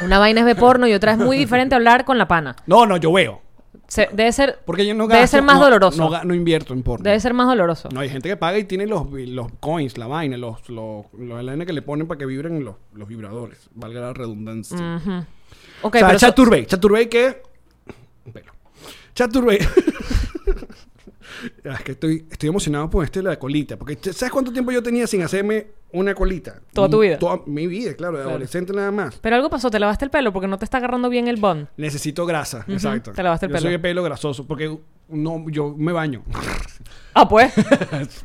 [SPEAKER 2] una vaina es ver porno y otra es muy diferente hablar con la pana.
[SPEAKER 1] no, no, yo veo.
[SPEAKER 2] Se- debe ser,
[SPEAKER 1] Porque yo no
[SPEAKER 2] debe
[SPEAKER 1] gasto,
[SPEAKER 2] ser más
[SPEAKER 1] no-
[SPEAKER 2] doloroso.
[SPEAKER 1] No, ga- no invierto en porno.
[SPEAKER 2] debe ser más doloroso.
[SPEAKER 1] No, hay gente que paga y tiene los, vi- los coins, la vaina, los, los, los- la vaina que le ponen para que vibren los, los vibradores. Valga la redundancia.
[SPEAKER 2] Mm, Ok,
[SPEAKER 1] o sea,
[SPEAKER 2] pero so-
[SPEAKER 1] Chaturbey. Chaturbey que... Pelo. Chaturbey. Ah, es que estoy, estoy emocionado por este de la colita. Porque t- ¿sabes cuánto tiempo yo tenía sin hacerme una colita?
[SPEAKER 2] Toda tu vida.
[SPEAKER 1] Toda mi vida, claro. De
[SPEAKER 2] Claro.
[SPEAKER 1] adolescente nada más.
[SPEAKER 2] pero algo pasó, te lavaste el pelo porque no te está agarrando bien el bond.
[SPEAKER 1] Necesito grasa. Exacto.
[SPEAKER 2] Te lavaste el
[SPEAKER 1] yo
[SPEAKER 2] pelo.
[SPEAKER 1] soy de pelo grasoso porque... No, yo me baño.
[SPEAKER 2] Ah, pues.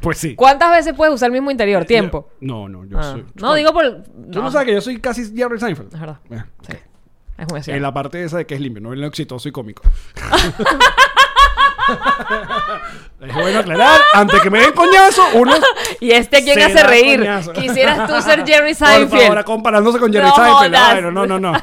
[SPEAKER 1] pues sí.
[SPEAKER 2] ¿Cuántas veces puedes usar el mismo interior? Tiempo.
[SPEAKER 1] No, no, yo
[SPEAKER 2] Ah,
[SPEAKER 1] soy.
[SPEAKER 2] No, digo por.
[SPEAKER 1] Tú no.
[SPEAKER 2] no,
[SPEAKER 1] sabes que yo soy casi Jerry Seinfeld.
[SPEAKER 2] Es verdad.
[SPEAKER 1] Eh,
[SPEAKER 2] Sí. Es muy
[SPEAKER 1] En
[SPEAKER 2] cierto.
[SPEAKER 1] la parte esa de que es limpio, no en lo exitoso y cómico. es bueno aclarar, antes que me den coñazo, uno.
[SPEAKER 2] ¿Y este a quién
[SPEAKER 1] Se
[SPEAKER 2] hace
[SPEAKER 1] da
[SPEAKER 2] reír?
[SPEAKER 1] coñazo.
[SPEAKER 2] Quisieras tú ser Jerry
[SPEAKER 1] Por
[SPEAKER 2] Seinfeld.
[SPEAKER 1] favor, comparándose con Jerry
[SPEAKER 2] No
[SPEAKER 1] Seinfeld.
[SPEAKER 2] jodas.
[SPEAKER 1] Ay, no, no, no, no.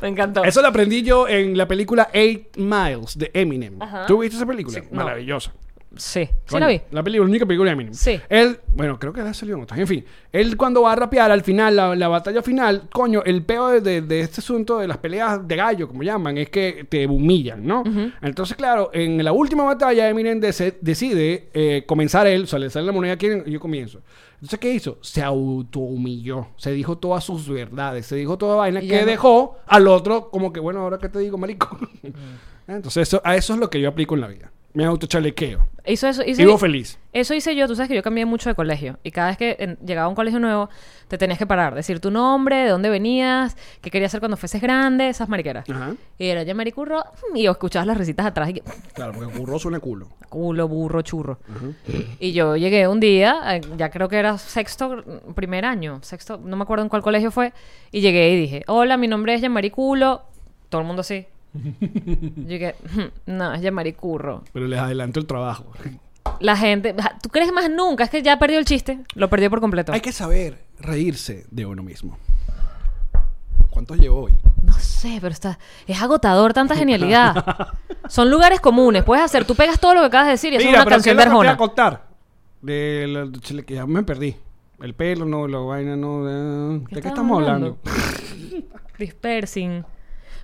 [SPEAKER 2] Me encantó.
[SPEAKER 1] Eso lo aprendí yo en la película Eight Miles de Eminem. ¿Tú viste esa película?
[SPEAKER 2] no.
[SPEAKER 1] Maravillosa.
[SPEAKER 2] Sí. Sí
[SPEAKER 1] Coño,
[SPEAKER 2] lo vi.
[SPEAKER 1] La película, la única película de Eminem.
[SPEAKER 2] Sí.
[SPEAKER 1] Él, bueno, creo que la salió en otras. En fin, él cuando va a rapear al final, la, la batalla final, coño, el peo de, de- de este asunto de las peleas de gallo, como llaman, es que te humillan, ¿no? Entonces, claro, en la última batalla, Eminem dese- decide eh, comenzar él, o sea, le sale la moneda aquí y yo comienzo. Entonces, ¿qué hizo? Se autohumilló. Se dijo todas sus verdades. Se dijo toda vaina
[SPEAKER 2] Y
[SPEAKER 1] que
[SPEAKER 2] ya no-
[SPEAKER 1] dejó al otro como que, bueno, ahora qué te digo, marico.
[SPEAKER 2] Mm.
[SPEAKER 1] Entonces, eso, a eso es lo que yo aplico en la vida. Me autochalequeo.
[SPEAKER 2] Hizo eso. Hizo
[SPEAKER 1] Vivo feliz.
[SPEAKER 2] Eso hice yo, tú sabes que yo cambié mucho de colegio y cada vez que en- llegaba a un colegio nuevo te tenías que parar, decir tu nombre, de dónde venías, qué querías hacer cuando fueses grande, esas mariqueras.
[SPEAKER 1] Ajá.
[SPEAKER 2] Y era ya maricurro y o escuchabas las risitas atrás y que,
[SPEAKER 1] Claro, porque curro suena culo.
[SPEAKER 2] culo, burro, churro. Y yo llegué un día, eh, ya creo que era sexto, mm, primer año, sexto, no me acuerdo en cuál colegio fue, y llegué y dije, hola, mi nombre es Yamari Culo. Todo el mundo así. Yo dije, "Hmm, no, es Yamari Curro.
[SPEAKER 1] Pero les adelanto el trabajo.
[SPEAKER 2] La gente, ja, ¿tú crees más nunca? Es que ya perdió el chiste, lo perdió por completo.
[SPEAKER 1] Hay que saber reírse de uno mismo. ¿Cuántos llevo hoy?
[SPEAKER 2] No sé, pero está, es agotador tanta genialidad. Son lugares comunes, puedes hacer, tú pegas todo lo que acabas de decir y haces una
[SPEAKER 1] pero ¿qué es
[SPEAKER 2] canción
[SPEAKER 1] lo
[SPEAKER 2] de
[SPEAKER 1] que te voy a
[SPEAKER 2] Arjona.
[SPEAKER 1] contar? De la- de chile- que ya me perdí. El pelo, no, la vaina, no. eh, ¿De qué,
[SPEAKER 2] estabas
[SPEAKER 1] estamos hablando?
[SPEAKER 2] hablando? Dispersing.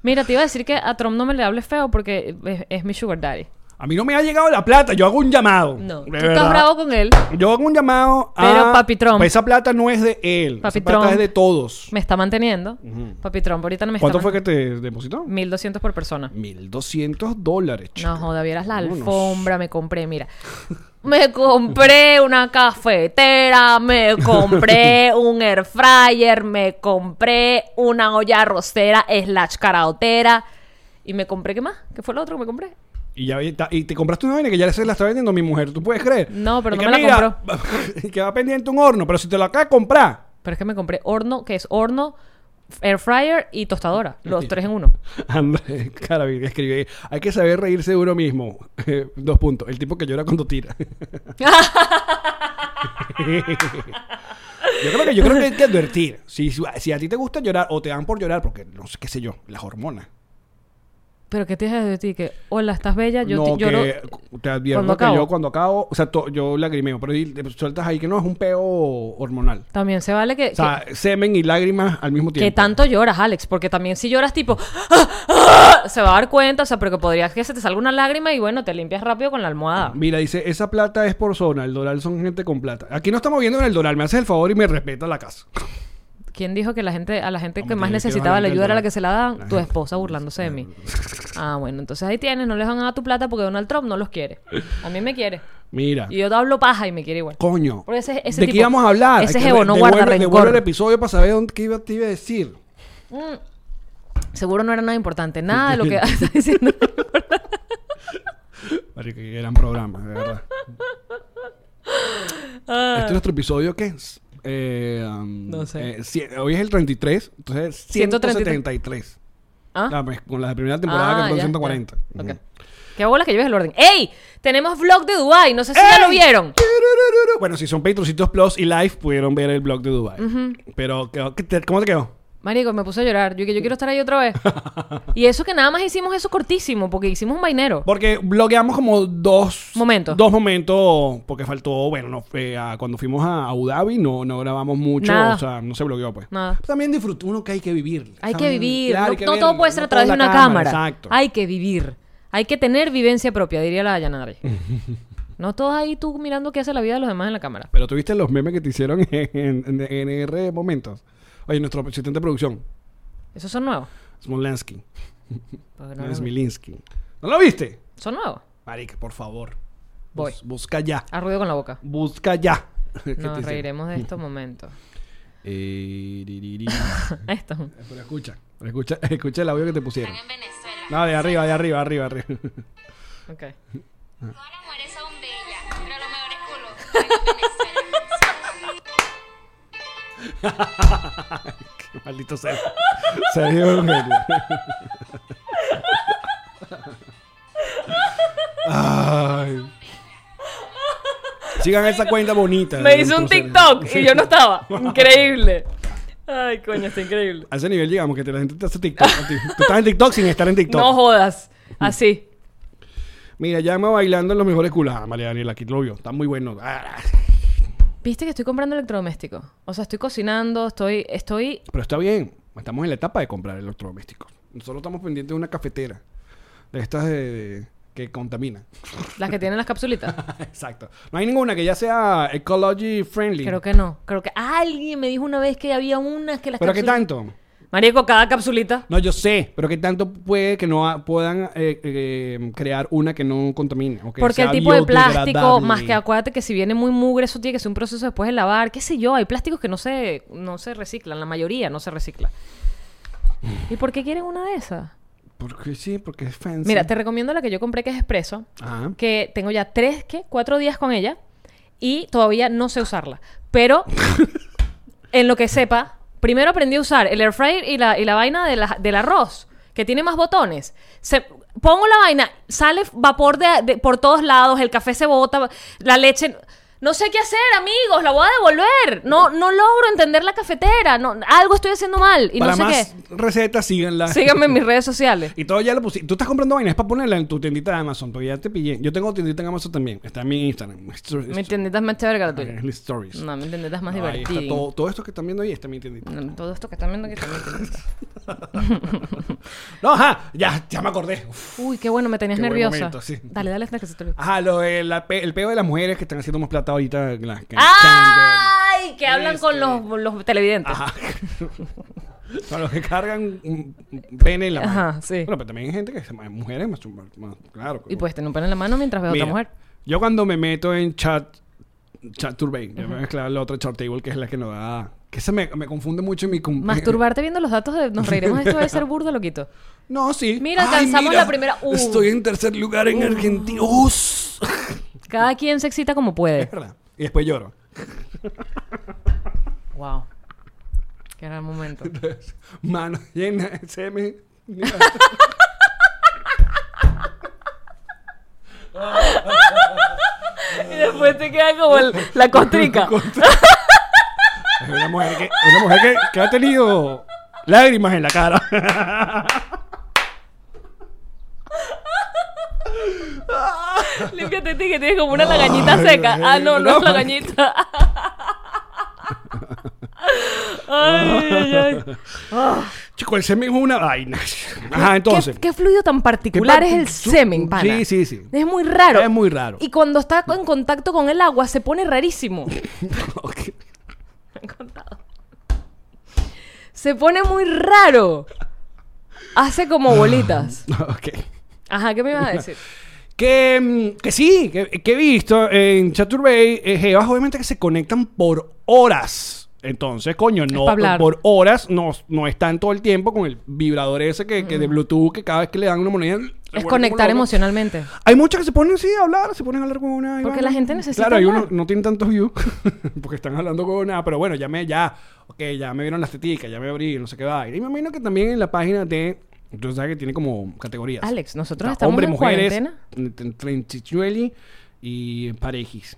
[SPEAKER 2] Mira, te iba a decir que a Trump no me le hables feo porque es, es mi sugar daddy.
[SPEAKER 1] A mí no me ha llegado la plata, yo hago un llamado.
[SPEAKER 2] No,
[SPEAKER 1] De
[SPEAKER 2] tú
[SPEAKER 1] verdad.
[SPEAKER 2] estás bravo con él.
[SPEAKER 1] Yo hago un llamado a.
[SPEAKER 2] Pero Papi Trump.
[SPEAKER 1] Pues esa plata no es de él.
[SPEAKER 2] Papi
[SPEAKER 1] esa plata
[SPEAKER 2] Trump.
[SPEAKER 1] es de todos.
[SPEAKER 2] Me está manteniendo. Papi Trump, ahorita no me
[SPEAKER 1] ¿Cuánto
[SPEAKER 2] está
[SPEAKER 1] fue que te depositó?
[SPEAKER 2] 1200 por persona.
[SPEAKER 1] 1200 dólares, chico.
[SPEAKER 2] No, joda, vieras la
[SPEAKER 1] Vámonos.
[SPEAKER 2] alfombra, me compré, mira. Me compré una cafetera, me compré un air fryer, me compré una olla arrocera slash caraotera. Y me compré, ¿qué más? ¿Qué fue lo otro que me compré?
[SPEAKER 1] Y, ya, y ta- y te compraste una vaina que ya se la está vendiendo mi mujer, ¿tú puedes creer?
[SPEAKER 2] No, pero
[SPEAKER 1] Y
[SPEAKER 2] no
[SPEAKER 1] que
[SPEAKER 2] me la
[SPEAKER 1] mira, y que va pendiente un horno, pero si te lo acabas de comprar.
[SPEAKER 2] Pero es que me compré horno, que es horno, air fryer y tostadora. Los
[SPEAKER 1] Mentira.
[SPEAKER 2] tres en uno.
[SPEAKER 1] Andrés Caravir escribe, hay que saber reírse de uno mismo. Eh, Dos puntos, el tipo que llora cuando tira. yo creo que yo creo que hay que advertir. Si, si a ti te gusta llorar o te dan por llorar, porque no sé qué sé yo, las hormonas.
[SPEAKER 2] Pero ¿qué te dejas de ti? Que, hola, estás bella, yo
[SPEAKER 1] no,
[SPEAKER 2] te lloro.
[SPEAKER 1] que te advierto
[SPEAKER 2] cuando
[SPEAKER 1] que
[SPEAKER 2] acabo.
[SPEAKER 1] yo cuando acabo, o sea, to- yo lagrimeo, pero di- te sueltas ahí que no es un peo hormonal.
[SPEAKER 2] También se vale que,
[SPEAKER 1] O sea, semen y lágrimas al mismo
[SPEAKER 2] que,
[SPEAKER 1] tiempo.
[SPEAKER 2] que tanto lloras, Alex, porque también si lloras tipo, "Ah, ah", se va a dar cuenta, o sea, pero que podrías que se te salga una lágrima y bueno, te limpias rápido con la almohada.
[SPEAKER 1] Mira, dice, esa plata es por zona, el dólar son gente con plata. Aquí no estamos viendo en el dólar, me haces el favor y me respeta la casa.
[SPEAKER 2] ¿Quién dijo que la gente, a la gente que
[SPEAKER 1] Hombre,
[SPEAKER 2] más
[SPEAKER 1] que
[SPEAKER 2] necesitaba la
[SPEAKER 1] bastante
[SPEAKER 2] ayuda era la
[SPEAKER 1] dólar.
[SPEAKER 2] que se la daban?
[SPEAKER 1] La
[SPEAKER 2] Tu
[SPEAKER 1] gente.
[SPEAKER 2] esposa burlándose de mí. Ah, bueno, entonces ahí tienes, no les van a dar tu plata porque Donald Trump no los quiere. A mí me quiere.
[SPEAKER 1] Mira,
[SPEAKER 2] Y yo te hablo paja y me quiere igual.
[SPEAKER 1] coño.
[SPEAKER 2] Porque ese- ese
[SPEAKER 1] ¿De
[SPEAKER 2] tipo-
[SPEAKER 1] qué íbamos a hablar?
[SPEAKER 2] ese
[SPEAKER 1] Hay que
[SPEAKER 2] jebo
[SPEAKER 1] re-
[SPEAKER 2] no
[SPEAKER 1] devuelve-
[SPEAKER 2] guarda
[SPEAKER 1] devuelve
[SPEAKER 2] rencor.
[SPEAKER 1] el episodio para saber dónde, qué iba, te iba a decir.
[SPEAKER 2] Mm. Seguro no era nada importante. Nada de lo que está diciendo.
[SPEAKER 1] Marico, qué gran programa, de verdad. Este es nuestro episodio, ¿qué es? Eh, um,
[SPEAKER 2] Ah. No sé.
[SPEAKER 1] eh, cien- hoy es el 33, entonces
[SPEAKER 2] 133.
[SPEAKER 1] 173.
[SPEAKER 2] ¿Ah?
[SPEAKER 1] La mes- pues, con la de primera temporada que
[SPEAKER 2] Ah,
[SPEAKER 1] fueron
[SPEAKER 2] ya,
[SPEAKER 1] 140.
[SPEAKER 2] ya.
[SPEAKER 1] Ujú.
[SPEAKER 2] Ok. Qué bolas que lleves el orden. ¡Ey! Tenemos vlog de Dubai. No sé si ya lo
[SPEAKER 1] ¡Ey!
[SPEAKER 2] vieron.
[SPEAKER 1] Tururururu. Bueno, si son Patrocitos Plus y Live, pudieron ver el blog de Dubai. Pero, ¿qué- qué te- ¿cómo te quedó?
[SPEAKER 2] Marico, me puse a llorar. Yo que yo quiero estar ahí otra vez. y eso que nada más hicimos eso cortísimo, porque hicimos un vainero.
[SPEAKER 1] Porque bloqueamos como dos
[SPEAKER 2] Momentos.
[SPEAKER 1] Dos momentos, porque faltó, bueno, no, fue a- cuando fuimos a Abu Dhabi no, no grabamos mucho,
[SPEAKER 2] Nada.
[SPEAKER 1] o sea, no se bloqueó pues.
[SPEAKER 2] Nada.
[SPEAKER 1] Pero también disfrutó uno que hay que vivir.
[SPEAKER 2] Hay que
[SPEAKER 1] ¿sabes?
[SPEAKER 2] vivir.
[SPEAKER 1] Claro,
[SPEAKER 2] no
[SPEAKER 1] hay que
[SPEAKER 2] no
[SPEAKER 1] verlo,
[SPEAKER 2] todo puede ser
[SPEAKER 1] no
[SPEAKER 2] a través de
[SPEAKER 1] todo la
[SPEAKER 2] una cámara.
[SPEAKER 1] Exacto.
[SPEAKER 2] Hay que vivir. Hay que tener vivencia propia, diría la Yanari. no todo ahí tú mirando qué hace la vida de los demás en la cámara.
[SPEAKER 1] Pero tuviste los memes que te hicieron en, en- en R momentos. Oye, nuestro asistente de producción,
[SPEAKER 2] Esos son nuevos.
[SPEAKER 1] Smolansky,
[SPEAKER 2] Porque Pues no
[SPEAKER 1] no,
[SPEAKER 2] los-
[SPEAKER 1] Smilinski. ¿No lo viste?
[SPEAKER 2] Son nuevos.
[SPEAKER 1] Marica, por favor.
[SPEAKER 2] Voy.
[SPEAKER 1] Bus- busca ya.
[SPEAKER 2] A ruido con la boca.
[SPEAKER 1] Busca ya. ¿Qué te
[SPEAKER 2] Nos
[SPEAKER 1] hicieron?
[SPEAKER 2] reiremos de estos momentos.
[SPEAKER 1] Eh, di, di, di.
[SPEAKER 2] Esto.
[SPEAKER 1] Pero escucha, pero escucha, escucha el audio que te pusieron. No, de arriba, de arriba, arriba, arriba.
[SPEAKER 2] Ok.
[SPEAKER 6] Todas las mujeres son bellas, pero los mejores culos están en Venezuela.
[SPEAKER 1] Qué maldito Sergio. Sergio es un genio. Ay. Sigan esa cuenta bonita.
[SPEAKER 2] Me
[SPEAKER 1] de
[SPEAKER 2] hizo un
[SPEAKER 1] nuestro Sergio.
[SPEAKER 2] TikTok y yo no estaba. Increíble. Ay, coño, está increíble.
[SPEAKER 1] A ese nivel llegamos que te- la gente te hace TikTok. a ti. Tú estás en TikTok sin estar en TikTok. Mm.
[SPEAKER 2] No jodas. Así.
[SPEAKER 1] Mira, llama bailando en los mejores culos. Ah, María Daniela, aquí lo vio. Está muy bueno. Ah,
[SPEAKER 2] Viste que estoy comprando electrodomésticos. O sea, estoy cocinando, estoy, estoy
[SPEAKER 1] Pero está bien, estamos en la etapa de comprar electrodomésticos. Solo estamos pendientes de una cafetera. De estas de, de- que contamina.
[SPEAKER 2] las que tienen las capsulitas.
[SPEAKER 1] Exacto. No hay ninguna que ya sea ecology friendly.
[SPEAKER 2] Creo que no. Creo que alguien me dijo una vez que había unas que las
[SPEAKER 1] pero qué
[SPEAKER 2] capsulitas-
[SPEAKER 1] tanto.
[SPEAKER 2] Marico, cada capsulita.
[SPEAKER 1] No, yo sé, pero qué tanto puede que no ha- puedan eh, eh, crear una que no contamine. o que
[SPEAKER 2] Porque el
[SPEAKER 1] sea
[SPEAKER 2] tipo de plástico, más que
[SPEAKER 1] biodegradable.
[SPEAKER 2] acuérdate que si viene muy mugre, eso tiene que ser un proceso después de lavar. ¿Qué sé yo? Hay plásticos que no se, no se reciclan. La mayoría no se recicla. ¿Y por qué quieren una de esas?
[SPEAKER 1] Porque sí, porque es fancy. Ah.
[SPEAKER 2] Mira, te recomiendo la que yo compré que es Espresso.
[SPEAKER 1] Ajá.
[SPEAKER 2] que tengo ya tres, ¿qué? Cuatro días con ella y todavía no sé usarla. Pero, en lo que sepa, primero aprendí a usar el air fryer y la, y la vaina de la- del arroz, que tiene más botones. Se- pongo la vaina, sale vapor de- de- por todos lados, el café se bota, la leche... No sé qué hacer, amigos, la voy a devolver. No, no logro entender la cafetera. No, algo estoy haciendo mal y
[SPEAKER 1] Para
[SPEAKER 2] no sé
[SPEAKER 1] más recetas, síganla.
[SPEAKER 2] qué. Síganme en mis redes sociales.
[SPEAKER 1] Y todo ya lo pusiste. Tú estás comprando vainas para ponerla en tu tiendita de Amazon. Todavía te pillé. Yo tengo tiendita en Amazon también. Está en mi Instagram.
[SPEAKER 2] Mi tiendita es más chévere que la tuya.
[SPEAKER 1] En Stories.
[SPEAKER 2] No, mi tiendita es más
[SPEAKER 1] No, ahí está
[SPEAKER 2] divertida.
[SPEAKER 1] todo, todo esto que están viendo ahí está en mi tiendita.
[SPEAKER 2] No, Todo esto que están viendo aquí también tiene que estar.
[SPEAKER 1] No, ajá. Ya, ya me acordé. Uf.
[SPEAKER 2] Uy, qué bueno, me tenías
[SPEAKER 1] Qué buen
[SPEAKER 2] nerviosa.
[SPEAKER 1] momento, sí. Ah,
[SPEAKER 2] Dale, dale, dale, que se te olvide.
[SPEAKER 1] Ajá, lo de la pe- el peo de las mujeres que están haciendo más plata ahorita. Las que
[SPEAKER 2] ¡Ay! Que hablan
[SPEAKER 1] Este.
[SPEAKER 2] con los, los televidentes.
[SPEAKER 1] Ajá. Para los que cargan un un pene en la mano.
[SPEAKER 2] Ajá, sí.
[SPEAKER 1] Bueno, pero también hay gente que se mujeres más, más- más- claro.
[SPEAKER 2] Y pues tener un pan en la mano mientras veo a
[SPEAKER 1] Mira,
[SPEAKER 2] otra mujer.
[SPEAKER 1] Yo cuando me meto en chat, chat turbay, yo me voy a mezclar la otra chat table que es la que nos da Que se me, me confunde mucho en mi... com-
[SPEAKER 2] Masturbarte viendo los datos de nos reiremos de esto debe ser burdo, loquito.
[SPEAKER 1] No, sí.
[SPEAKER 2] Mira, alcanzamos la primera- Uh.
[SPEAKER 1] Estoy en tercer lugar en Argentina. Us.
[SPEAKER 2] Cada quien se excita como puede.
[SPEAKER 1] Es verdad. Y después lloro.
[SPEAKER 2] Wow. Qué gran momento.
[SPEAKER 1] Mano llena de semen. Mira.
[SPEAKER 2] Y después te queda como el- la costrica.
[SPEAKER 1] Es una mujer, que, es una mujer que, que ha tenido lágrimas en la cara.
[SPEAKER 2] Límpiate ti que tienes como una lagañita seca. Ah, no, no es lagañita. Ay, ay, ay.
[SPEAKER 1] Chico, el semen es una vaina. Ajá, entonces.
[SPEAKER 2] ¿Qué, qué fluido tan particular
[SPEAKER 1] ¿Qué
[SPEAKER 2] es
[SPEAKER 1] par-
[SPEAKER 2] el
[SPEAKER 1] su-
[SPEAKER 2] semen, pana?
[SPEAKER 1] Sí, sí, sí.
[SPEAKER 2] Es muy raro.
[SPEAKER 1] Es muy raro.
[SPEAKER 2] Y cuando está en contacto con el agua se pone rarísimo.
[SPEAKER 1] Ok.
[SPEAKER 2] Se pone muy raro. Hace como bolitas.
[SPEAKER 1] ok.
[SPEAKER 2] Ajá, ¿qué me ibas a decir?
[SPEAKER 1] Que, mm, que sí, que, que he visto en Chaturbey, eh, jevas obviamente que se conectan por horas. Entonces, coño, no,
[SPEAKER 2] pa' hablar.
[SPEAKER 1] por horas no, no están todo el tiempo con el vibrador ese que, que de Bluetooth que cada vez que le dan una moneda. se vuelven
[SPEAKER 2] Mm. Es
[SPEAKER 1] como
[SPEAKER 2] conectar
[SPEAKER 1] locos.
[SPEAKER 2] emocionalmente.
[SPEAKER 1] Hay muchas que se ponen así a hablar, se ponen a hablar con una. y
[SPEAKER 2] Porque
[SPEAKER 1] van.
[SPEAKER 2] la gente necesita
[SPEAKER 1] Claro, hay
[SPEAKER 2] hablar.
[SPEAKER 1] unos no tienen tantos views porque están hablando con una, pero bueno, ya me, ya, ok, ya me vieron las teticas, ya me abrí, no sé qué va. Y me imagino que también en la página de. Entonces, sabes que tiene como categorías.
[SPEAKER 2] Alex, nosotros
[SPEAKER 1] Está
[SPEAKER 2] estamos
[SPEAKER 1] hombre,
[SPEAKER 2] en
[SPEAKER 1] mujeres,
[SPEAKER 2] cuarentena.
[SPEAKER 1] tren- trenchichueli y parejis.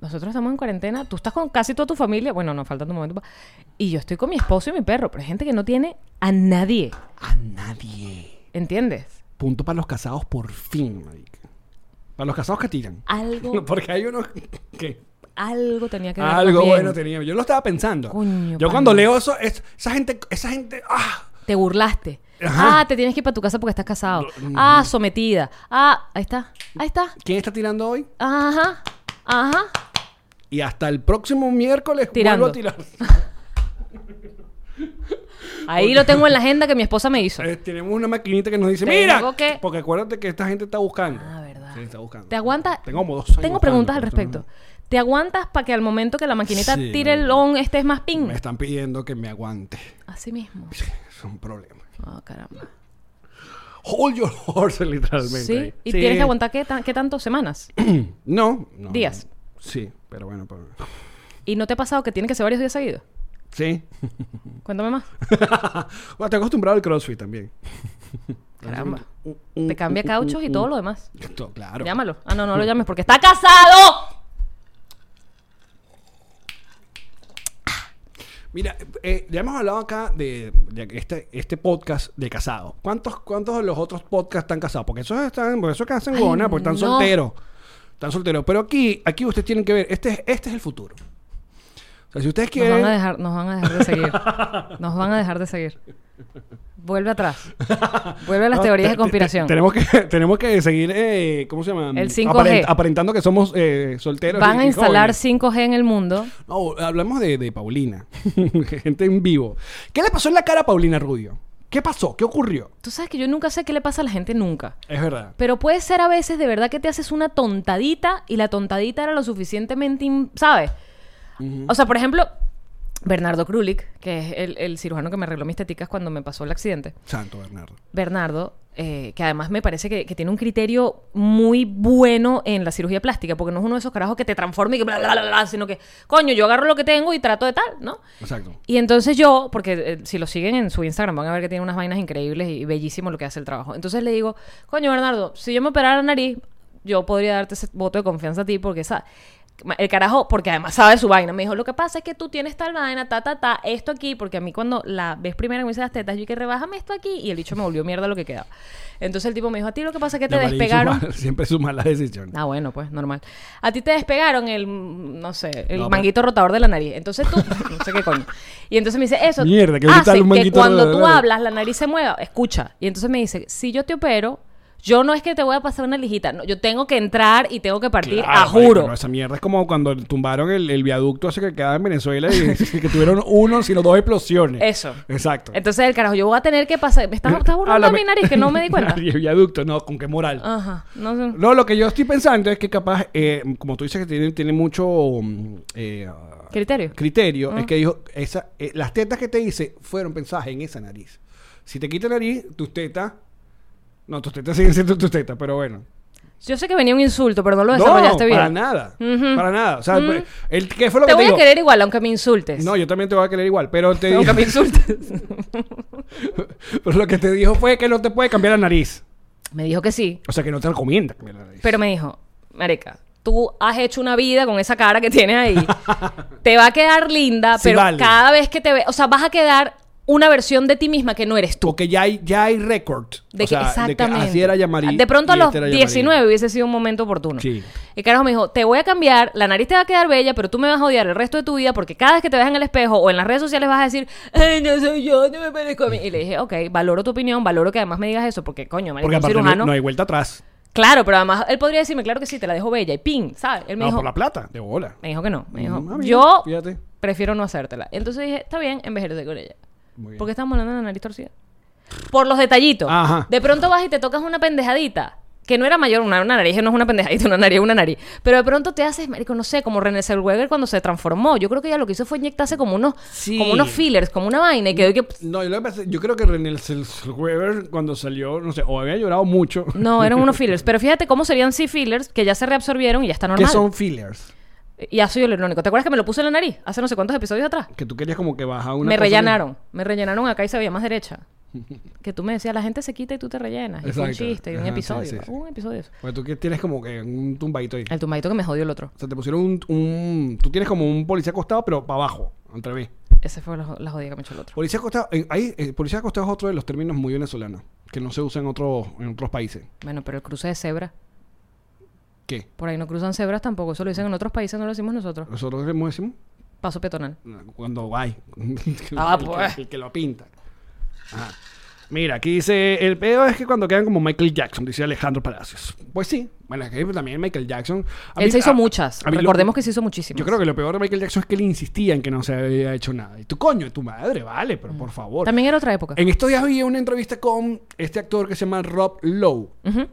[SPEAKER 2] Nosotros estamos en cuarentena. Tú estás con casi toda tu familia. Bueno, no, falta un momento. pa- Y yo estoy con mi esposo y mi perro. Pero hay gente que no tiene a nadie.
[SPEAKER 1] A nadie.
[SPEAKER 2] ¿Entiendes?
[SPEAKER 1] Punto para los casados por fin, marica. Para los casados que tiran.
[SPEAKER 2] Algo,
[SPEAKER 1] Porque hay unos que
[SPEAKER 2] algo tenía que ver.
[SPEAKER 1] algo
[SPEAKER 2] también.
[SPEAKER 1] bueno tenía. Yo lo estaba pensando.
[SPEAKER 2] Coño,
[SPEAKER 1] Yo
[SPEAKER 2] pana.
[SPEAKER 1] cuando leo eso, es- esa gente, esa gente, ah,
[SPEAKER 2] Te burlaste.
[SPEAKER 1] Ajá.
[SPEAKER 2] Ah, te tienes que ir para tu casa porque estás casado. Ah, sometida. Ah, ahí está. Ahí está.
[SPEAKER 1] ¿quién está tirando hoy?
[SPEAKER 2] Ajá. Ajá.
[SPEAKER 1] Y hasta el próximo miércoles
[SPEAKER 2] Tirando.
[SPEAKER 1] vuelvo a tirar.
[SPEAKER 2] Ahí lo tengo en la agenda que mi esposa me hizo.
[SPEAKER 1] Eh, tenemos una maquinita que nos dice,
[SPEAKER 2] Tengo
[SPEAKER 1] mira,
[SPEAKER 2] que-
[SPEAKER 1] porque acuérdate que esta gente está buscando.
[SPEAKER 2] Ah, verdad.
[SPEAKER 1] Sí, está buscando.
[SPEAKER 2] ¿Te aguantas?
[SPEAKER 1] Tengo como dos años
[SPEAKER 2] Tengo preguntas al
[SPEAKER 1] buscando,
[SPEAKER 2] respecto. ¿Te aguantas para que al momento que la maquinita
[SPEAKER 1] Sí.
[SPEAKER 2] tire el on estés más ping?
[SPEAKER 1] Me están pidiendo que me aguante.
[SPEAKER 2] Así mismo.
[SPEAKER 1] Es un problema.
[SPEAKER 2] Ah, caramba.
[SPEAKER 1] Hold your horse, literalmente.
[SPEAKER 2] ¿Sí?
[SPEAKER 1] ahí.
[SPEAKER 2] ¿Y
[SPEAKER 1] Sí.
[SPEAKER 2] tienes que aguantar qué, tan- qué tanto? ¿Semanas?
[SPEAKER 1] No, no,
[SPEAKER 2] Días.
[SPEAKER 1] no. Sí, pero bueno. pero-
[SPEAKER 2] ¿Y no te ha pasado que tiene que ser varios días seguidos?
[SPEAKER 1] Sí.
[SPEAKER 2] Cuéntame más.
[SPEAKER 1] bueno, te he acostumbrado al CrossFit también.
[SPEAKER 2] Caramba. Te cambia cauchos y todo lo demás.
[SPEAKER 1] Esto, claro. Mm.
[SPEAKER 2] Llámalo. Ah, no, no lo llames porque está casado.
[SPEAKER 1] Mira, eh, ya hemos hablado acá de, de este, este podcast de casados. ¿Cuántos, ¿Cuántos de los otros podcasts están casados? Porque esos están, porque esos que hacen buena, porque están
[SPEAKER 2] no.
[SPEAKER 1] solteros. Están solteros. Pero aquí, aquí ustedes tienen que ver, este, es- este es el futuro. O sea, si ustedes
[SPEAKER 2] Nos
[SPEAKER 1] quieren.
[SPEAKER 2] van, a dejar, nos van a dejar de seguir. Nos van a dejar de seguir. Vuelve atrás. Vuelve a las
[SPEAKER 1] No,
[SPEAKER 2] teorías
[SPEAKER 1] te-
[SPEAKER 2] de
[SPEAKER 1] te-
[SPEAKER 2] conspiración.
[SPEAKER 1] te- Tenemos que, tenemos que seguir, eh, ¿cómo se llama?
[SPEAKER 2] El 5G.
[SPEAKER 1] aparentando que somos eh, solteros.
[SPEAKER 2] Van
[SPEAKER 1] y-
[SPEAKER 2] a
[SPEAKER 1] y
[SPEAKER 2] instalar
[SPEAKER 1] jóvenes.
[SPEAKER 2] 5G en el mundo.
[SPEAKER 1] No, hablamos de, de Paulina. Gente en vivo. ¿Qué le pasó en la cara a Paulina Rubio? ¿Qué pasó? ¿Qué ocurrió?
[SPEAKER 2] Tú sabes que yo nunca sé qué le pasa a la gente nunca.
[SPEAKER 1] Es verdad.
[SPEAKER 2] Pero puede ser a veces de verdad que te haces una tontadita y la tontadita era lo suficientemente, in- ¿sabes? O sea, por ejemplo, Bernardo Krulik, que es el, el cirujano que me arregló mis teticas cuando me pasó el accidente.
[SPEAKER 1] Santo Bernardo.
[SPEAKER 2] Bernardo, eh, que además me parece que, que tiene un criterio muy bueno en la cirugía plástica, porque no es uno de esos carajos que te transforma y que bla, bla, bla, bla, sino que, coño, yo agarro lo que tengo y trato de tal, ¿no?
[SPEAKER 1] Exacto.
[SPEAKER 2] Y entonces yo, porque eh, si lo siguen en su Instagram van a ver que tiene unas vainas increíbles y bellísimo lo que hace el trabajo. Entonces le digo, coño Bernardo, si yo me operara la nariz, yo podría darte ese voto de confianza a ti porque esa... El carajo, porque además sabe su vaina. Me dijo, lo que pasa es que tú tienes tal vaina, ta, ta, ta, esto aquí, porque a mí cuando la ves primera que me hice las tetas, yo que rebájame esto aquí y el bicho me volvió mierda lo que quedaba. Entonces el tipo me dijo, a ti lo que pasa es que te
[SPEAKER 1] La Marín
[SPEAKER 2] despegaron.
[SPEAKER 1] su mal- siempre su mala decisión.
[SPEAKER 2] Ah, bueno, pues normal. A ti te despegaron el, mm, no sé, el
[SPEAKER 1] No, pues. pero-
[SPEAKER 2] manguito rotador de la nariz. Entonces tú, no sé qué coño. Y entonces me dice, eso
[SPEAKER 1] Mierda, qué brutal
[SPEAKER 2] hace
[SPEAKER 1] un
[SPEAKER 2] que
[SPEAKER 1] manguito
[SPEAKER 2] cuando
[SPEAKER 1] rotador de
[SPEAKER 2] tú
[SPEAKER 1] la nariz.
[SPEAKER 2] hablas la nariz se mueva. Escucha. Y entonces me dice, si yo te opero, Yo no es que te voy a pasar una lijita. No, yo tengo que entrar y tengo que partir,
[SPEAKER 1] Claro,
[SPEAKER 2] a
[SPEAKER 1] marico,
[SPEAKER 2] juro.
[SPEAKER 1] no, Ah, esa mierda es como cuando tumbaron el, el viaducto ese que quedaba en Venezuela y que tuvieron uno, sino dos explosiones.
[SPEAKER 2] Eso.
[SPEAKER 1] Exacto.
[SPEAKER 2] Entonces, el carajo, yo voy a tener que pasar. Me estás, estás burlando de
[SPEAKER 1] Háblame.
[SPEAKER 2] mi nariz que no me di cuenta.
[SPEAKER 1] Y el viaducto, no, con qué moral.
[SPEAKER 2] Ajá. No sé.
[SPEAKER 1] No, lo que yo estoy pensando es que capaz, eh, como tú dices que tiene, tiene mucho mm, eh,
[SPEAKER 2] Criterio.
[SPEAKER 1] criterio, es que dijo, esa, eh, las tetas que te hice fueron pensadas en esa nariz. Si te quita la nariz, tus tetas... No, tus tetas siguen siendo tus tetas, pero bueno.
[SPEAKER 2] Yo sé que venía un insulto, pero no lo desarrollaste bien.
[SPEAKER 1] para nada.
[SPEAKER 2] Ujú.
[SPEAKER 1] Para nada. O sea, pues,
[SPEAKER 2] Ujú.
[SPEAKER 1] el, ¿qué fue lo
[SPEAKER 2] Te
[SPEAKER 1] que
[SPEAKER 2] voy
[SPEAKER 1] te
[SPEAKER 2] a
[SPEAKER 1] digo?
[SPEAKER 2] querer igual, aunque me insultes.
[SPEAKER 1] No, yo también te voy a querer igual, pero te digo-
[SPEAKER 2] aunque me insultes.
[SPEAKER 1] pero lo que te dijo fue que no te puede cambiar la nariz.
[SPEAKER 2] me dijo que sí,
[SPEAKER 1] O sea, que no te recomienda cambiar la nariz.
[SPEAKER 2] pero me dijo, Marica, tú has hecho una vida con esa cara que tienes ahí. te va a quedar linda,
[SPEAKER 1] Sí,
[SPEAKER 2] pero
[SPEAKER 1] vale.
[SPEAKER 2] cada vez que te ve, o sea, vas a quedar una versión de ti misma que no eres tú.
[SPEAKER 1] Porque ya hay, ya hay récord.
[SPEAKER 2] De
[SPEAKER 1] o sea,
[SPEAKER 2] que, exactamente. Ah,
[SPEAKER 1] De que así era Yamari.
[SPEAKER 2] De pronto a
[SPEAKER 1] y
[SPEAKER 2] los
[SPEAKER 1] este era Yamari.
[SPEAKER 2] 19 hubiese sido un momento oportuno.
[SPEAKER 1] Sí.
[SPEAKER 2] El carajo me dijo, te voy a cambiar, la nariz te va a quedar bella, pero tú me vas a odiar el resto de tu vida porque cada vez que te veas en el espejo o en las redes sociales vas a decir, ay, no soy yo, no me parezco a mí. Y le dije, ok, valoro tu opinión, valoro que además me digas eso, porque coño, marico,
[SPEAKER 1] Porque
[SPEAKER 2] un
[SPEAKER 1] aparte no-
[SPEAKER 2] cirujano...
[SPEAKER 1] no, hay vuelta atrás.
[SPEAKER 2] Claro, pero además él podría decirme, claro que sí, te la dejo bella y ping, ¿sabes? Él me
[SPEAKER 1] No,
[SPEAKER 2] dijo,
[SPEAKER 1] por la plata. De bola.
[SPEAKER 2] me dijo que no, me dijo,
[SPEAKER 1] Mm, ah, mira,
[SPEAKER 2] yo
[SPEAKER 1] Fíjate.
[SPEAKER 2] prefiero no hacértela. Entonces dije, está bien, envejece con ella.
[SPEAKER 1] Muy bien.
[SPEAKER 2] ¿Por qué estamos hablando de la nariz torcida? Por los detallitos.
[SPEAKER 1] Ajá.
[SPEAKER 2] De pronto vas y te tocas una pendejadita. Que no era mayor, una, una nariz, que no es una pendejadita, una nariz, una nariz. Pero de pronto te haces, marico, no sé, como René Zellweger cuando se transformó. Yo creo que ella lo que hizo fue inyectarse como unos,
[SPEAKER 1] Sí.
[SPEAKER 2] como unos fillers, como una vaina. Y quedó que...
[SPEAKER 1] No, yo, lo que pasa- yo creo que René Weber cuando salió, no sé, o había llorado mucho.
[SPEAKER 2] No, eran unos fillers. Pero fíjate cómo serían sí fillers, que ya se reabsorbieron y ya está normal.
[SPEAKER 1] que son fillers.
[SPEAKER 2] Y ácido hialurónico. ¿Te acuerdas que me lo puse en la nariz? Hace no sé cuántos episodios atrás.
[SPEAKER 1] Que tú querías como que bajar una.
[SPEAKER 2] Me
[SPEAKER 1] cosa que-
[SPEAKER 2] rellanaron. Me rellanaron acá y se veía más derecha. Que tú me decías, la gente se quita y tú te rellenas. Y fue un
[SPEAKER 1] Exacto.
[SPEAKER 2] chiste, y un
[SPEAKER 1] Ajá, sí,
[SPEAKER 2] episodio.
[SPEAKER 1] sí, sí.
[SPEAKER 2] Un episodio. eso.
[SPEAKER 1] Porque tú que tienes como que un tumbadito ahí.
[SPEAKER 2] El tumbadito que me jodió el otro.
[SPEAKER 1] O sea, te pusieron un, un- Tú tienes como un policía acostado, pero para abajo, al revés.
[SPEAKER 2] Esa fue la, jo- la jodida que me echó el otro.
[SPEAKER 1] Policía acostado. eh, ahí, eh, policía acostado es otro de los términos muy venezolanos. Que no se usa en, otro, en otros países.
[SPEAKER 2] Bueno, pero el cruce de cebra.
[SPEAKER 1] ¿Qué?
[SPEAKER 2] Por ahí no cruzan cebras tampoco. Eso lo dicen en otros países, no lo decimos nosotros.
[SPEAKER 1] Nosotros decimos decimos,
[SPEAKER 2] Paso peatonal.
[SPEAKER 1] cuando hay.
[SPEAKER 2] Ah,
[SPEAKER 1] El que-
[SPEAKER 2] pues.
[SPEAKER 1] El, que lo pinta. Ajá. Mira, aquí dice, el pedo es que cuando quedan como Michael Jackson, dice Alejandro Palacios. Pues sí, bueno, es que también Michael Jackson... a
[SPEAKER 2] Él
[SPEAKER 1] mí-
[SPEAKER 2] se hizo
[SPEAKER 1] a-
[SPEAKER 2] muchas.
[SPEAKER 1] a mí lo-
[SPEAKER 2] Recordemos que se hizo muchísimas.
[SPEAKER 1] Yo creo que lo peor de Michael Jackson es que él insistía en que no se había hecho nada. Y tú, coño, tu madre, vale, pero por favor.
[SPEAKER 2] Mm. También era otra época.
[SPEAKER 1] En estos días vi una entrevista con este actor que se llama Rob Lowe,
[SPEAKER 2] Ujú.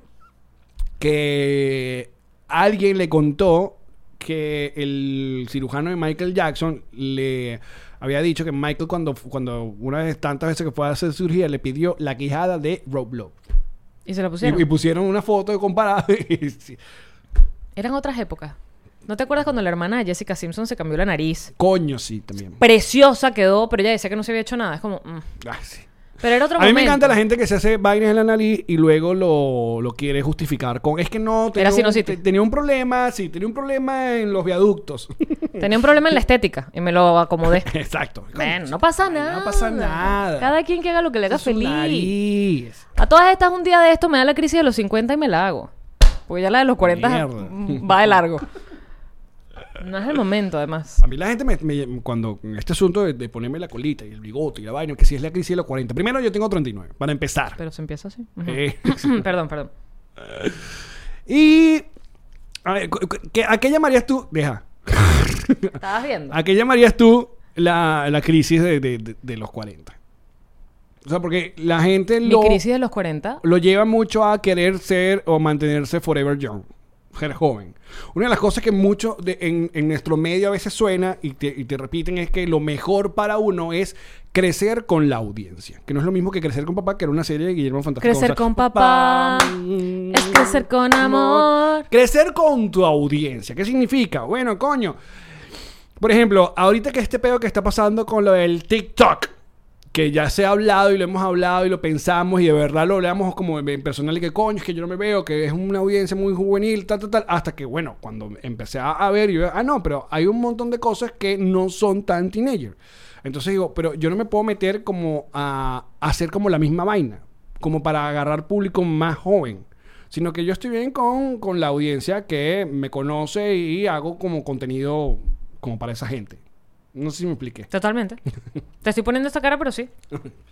[SPEAKER 1] que alguien le contó que el cirujano de Michael Jackson le había dicho que Michael cuando, cuando una vez tantas veces que fue a hacer cirugía le pidió la quijada de Rob Lowe.
[SPEAKER 2] Y se la pusieron.
[SPEAKER 1] Y, y pusieron una foto comparada. y sí.
[SPEAKER 2] Eran otras épocas. ¿No te acuerdas cuando la hermana de Jessica Simpson se cambió la nariz?
[SPEAKER 1] Coño, sí, también.
[SPEAKER 2] Pues, Preciosa quedó, pero ella decía que no se había hecho nada. Es como. mm.
[SPEAKER 1] Ah, sí.
[SPEAKER 2] Pero era otro
[SPEAKER 1] A mí me
[SPEAKER 2] momento.
[SPEAKER 1] encanta la gente que se hace vainas en la nariz y luego lo, lo quiere justificar con es que no tenía,
[SPEAKER 2] Era
[SPEAKER 1] un,
[SPEAKER 2] sinusitis.
[SPEAKER 1] te- tenía un problema, sí, tenía un problema en los viaductos.
[SPEAKER 2] Tenía un problema en la estética y me lo acomodé.
[SPEAKER 1] Exacto.
[SPEAKER 2] Bueno, no pasa
[SPEAKER 1] Ay,
[SPEAKER 2] nada.
[SPEAKER 1] No pasa nada.
[SPEAKER 2] Cada quien que haga lo que le haga
[SPEAKER 1] Es su
[SPEAKER 2] feliz.
[SPEAKER 1] nariz.
[SPEAKER 2] A todas estas, un día de esto me da la crisis de los 50 y me la hago. Porque ya la de los 40
[SPEAKER 1] Mierda.
[SPEAKER 2] va de largo. No es el momento, además.
[SPEAKER 1] A mí la gente me, me- cuando en este asunto de, de ponerme la colita y el bigote y la vaina, que si es la crisis de los 40. Primero yo tengo 39, para empezar.
[SPEAKER 2] Pero se empieza así. Ujú.
[SPEAKER 1] Eh,
[SPEAKER 2] perdón, perdón.
[SPEAKER 1] y a ver, cu- cu- ¿qué- ¿a qué llamarías tú? Deja.
[SPEAKER 2] ¿Estabas viendo?
[SPEAKER 1] ¿A qué llamarías tú la, la crisis de, de- de- de los 40? O sea, porque la gente
[SPEAKER 2] Mi
[SPEAKER 1] lo,
[SPEAKER 2] crisis de los 40.
[SPEAKER 1] lo lleva mucho a querer ser o mantenerse forever young, ser joven. Una de las cosas que mucho de- en, en nuestro medio a veces suena y te, y te repiten es que lo mejor para uno es crecer con la audiencia. Que no es lo mismo que crecer con papá, que era una serie de Guillermo Fantástico.
[SPEAKER 2] Crecer
[SPEAKER 1] O sea, mm,
[SPEAKER 2] con papá es crecer con amor.
[SPEAKER 1] Crecer con tu audiencia. ¿Qué significa? Bueno, coño. Por ejemplo, ahorita que este pedo que está pasando con lo del TikTok, que ya se ha hablado y lo hemos hablado y lo pensamos y de verdad lo hablamos como en personal y que coño, es que yo no me veo, que es una audiencia muy juvenil, tal, tal, tal. Hasta que, bueno, cuando empecé a, a ver, yo, ah, no, pero hay un montón de cosas que no son tan teenager. Entonces digo, pero yo no me puedo meter como a, a hacer como la misma vaina, como para agarrar público más joven sino que yo estoy bien con, con la audiencia que me conoce y hago como contenido como para esa gente. No sé si me expliqué.
[SPEAKER 2] Totalmente. Te estoy poniendo esta cara, pero sí.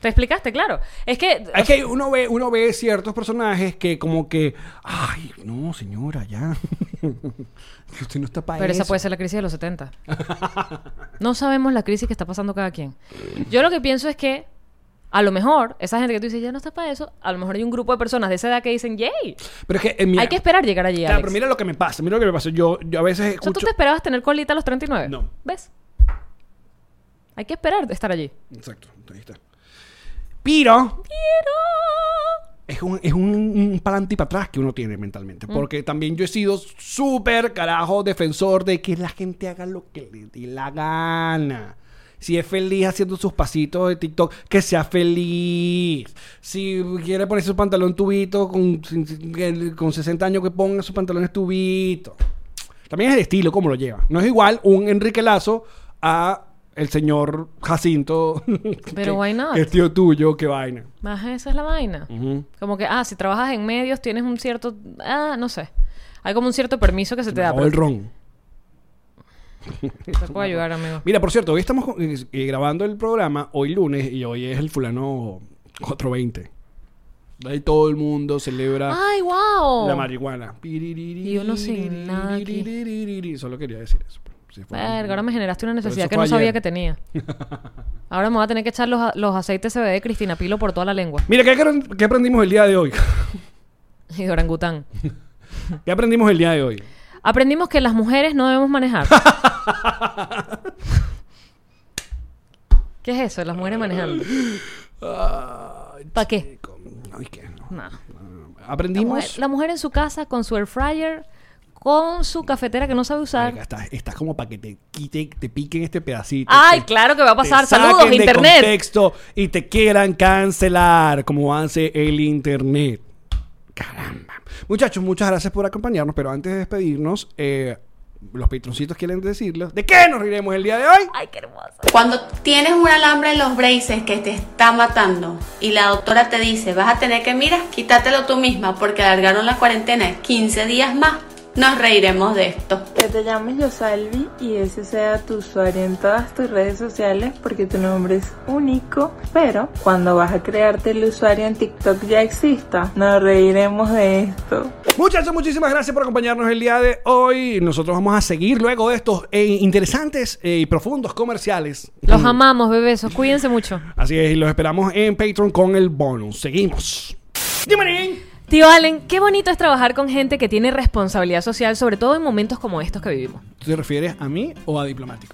[SPEAKER 2] Te explicaste, claro. Es que.
[SPEAKER 1] Es que uno ve, uno ve ciertos personajes que como que, ay, no, señora, ya. Que Usted no está para
[SPEAKER 2] Pero esa pues,
[SPEAKER 1] eso.
[SPEAKER 2] puede ser la crisis de los 70. No sabemos la crisis que está pasando cada quien. Yo lo que pienso es que a lo mejor esa gente que tú dices ya no está para eso, a lo mejor hay un grupo de personas de esa edad que dicen, "Yay,
[SPEAKER 1] Pero es que, eh, mira,
[SPEAKER 2] hay que esperar llegar allí."
[SPEAKER 1] Claro,
[SPEAKER 2] Alex".
[SPEAKER 1] pero mira lo que me pasa, mira lo que me pasa. Yo, yo a veces
[SPEAKER 2] o sea,
[SPEAKER 1] escucho...
[SPEAKER 2] tú te esperabas tener colita a los 39.
[SPEAKER 1] No.
[SPEAKER 2] ¿Ves? Hay que esperar de estar allí.
[SPEAKER 1] Exacto, ahí está. Pero... Es un, es un, un para adelante y para atrás que uno tiene
[SPEAKER 2] Mm.
[SPEAKER 1] mentalmente. Porque también yo he sido súper carajo defensor de que la gente haga lo que le dé la gana. Si es feliz haciendo sus pasitos de TikTok, que sea feliz. Si quiere poner su pantalón tubito, con, sin- sin- el- con 60 años que ponga sus pantalones tubito. También es el estilo, cómo lo lleva. No es igual un Enrique Lazo a el señor Jacinto.
[SPEAKER 2] Pero why not?
[SPEAKER 1] Que es tío tuyo, qué vaina.
[SPEAKER 2] Más esa es la vaina.
[SPEAKER 1] Ujú.
[SPEAKER 2] Como que, ah, si trabajas en medios tienes un cierto, ah, no sé. Hay como un cierto permiso que se te da.
[SPEAKER 1] O
[SPEAKER 2] pero
[SPEAKER 1] el ron.
[SPEAKER 2] Te puedo ayudar, amigo.
[SPEAKER 1] Mira, por cierto, hoy estamos con- eh, eh, grabando el programa, hoy lunes, y hoy es el fulano 420. Ahí todo el mundo celebra
[SPEAKER 2] Ay, wow.
[SPEAKER 1] la marihuana. Y
[SPEAKER 2] Ah, yo no sé nada aquí.
[SPEAKER 1] Solo quería decir eso. Sí, fue-
[SPEAKER 2] Verga, ahora me generaste una
[SPEAKER 1] Pero
[SPEAKER 2] necesidad
[SPEAKER 1] eso
[SPEAKER 2] que
[SPEAKER 1] fue
[SPEAKER 2] no sabía
[SPEAKER 1] ayer.
[SPEAKER 2] que tenía. Ahora me voy a tener que echar los, a- los aceites CBD de Cristina Pilo por toda la lengua.
[SPEAKER 1] Mira, ¿qué, qué aprendimos el día de hoy?
[SPEAKER 2] Y de orangután.
[SPEAKER 1] ¿Qué aprendimos el día de hoy?
[SPEAKER 2] Aprendimos que las mujeres no debemos manejar. ¿Qué es eso? Las mujeres manejando. ¿Para qué?
[SPEAKER 1] Ay, ¿qué? No.
[SPEAKER 2] No. La mujer,
[SPEAKER 1] Aprendimos...
[SPEAKER 2] la mujer en su casa con su air fryer, con su cafetera que no sabe
[SPEAKER 1] Marica,
[SPEAKER 2] usar.
[SPEAKER 1] Estás estás como para que te quiten, te piquen este pedacito.
[SPEAKER 2] Ay,
[SPEAKER 1] Te-
[SPEAKER 2] claro que va a pasar.
[SPEAKER 1] te Eh, saquen
[SPEAKER 2] Saludos,
[SPEAKER 1] de
[SPEAKER 2] internet.
[SPEAKER 1] contexto y te quieran cancelar como hace el internet. Caramba. Muchachos, muchas gracias por acompañarnos, pero antes de despedirnos, eh, los patroncitos quieren decirles de qué nos riremos el día de hoy.
[SPEAKER 2] Ay, qué hermoso.
[SPEAKER 7] Cuando tienes un alambre en los braces que te está matando y la doctora te dice, vas a tener que mirar, quítatelo tú misma porque alargaron la cuarentena de 15 días más, nos reiremos de esto.
[SPEAKER 8] Que te llames Yosalvi y ese sea tu usuario en todas tus redes sociales porque tu nombre es único, pero cuando vas a crearte el usuario en TikTok ya exista, nos reiremos de esto.
[SPEAKER 1] Muchachos, muchísimas gracias por acompañarnos el día de hoy. Nosotros vamos a seguir luego de estos eh, interesantes eh, y profundos comerciales.
[SPEAKER 2] Los amamos, bebesos. Cuídense mucho.
[SPEAKER 1] Así es, y los esperamos en Patreon con el bonus. Seguimos.
[SPEAKER 2] Tío Allen, qué bonito es trabajar con gente que tiene responsabilidad social, sobre todo en momentos como estos que vivimos.
[SPEAKER 1] ¿Tú te refieres a mí o a diplomático?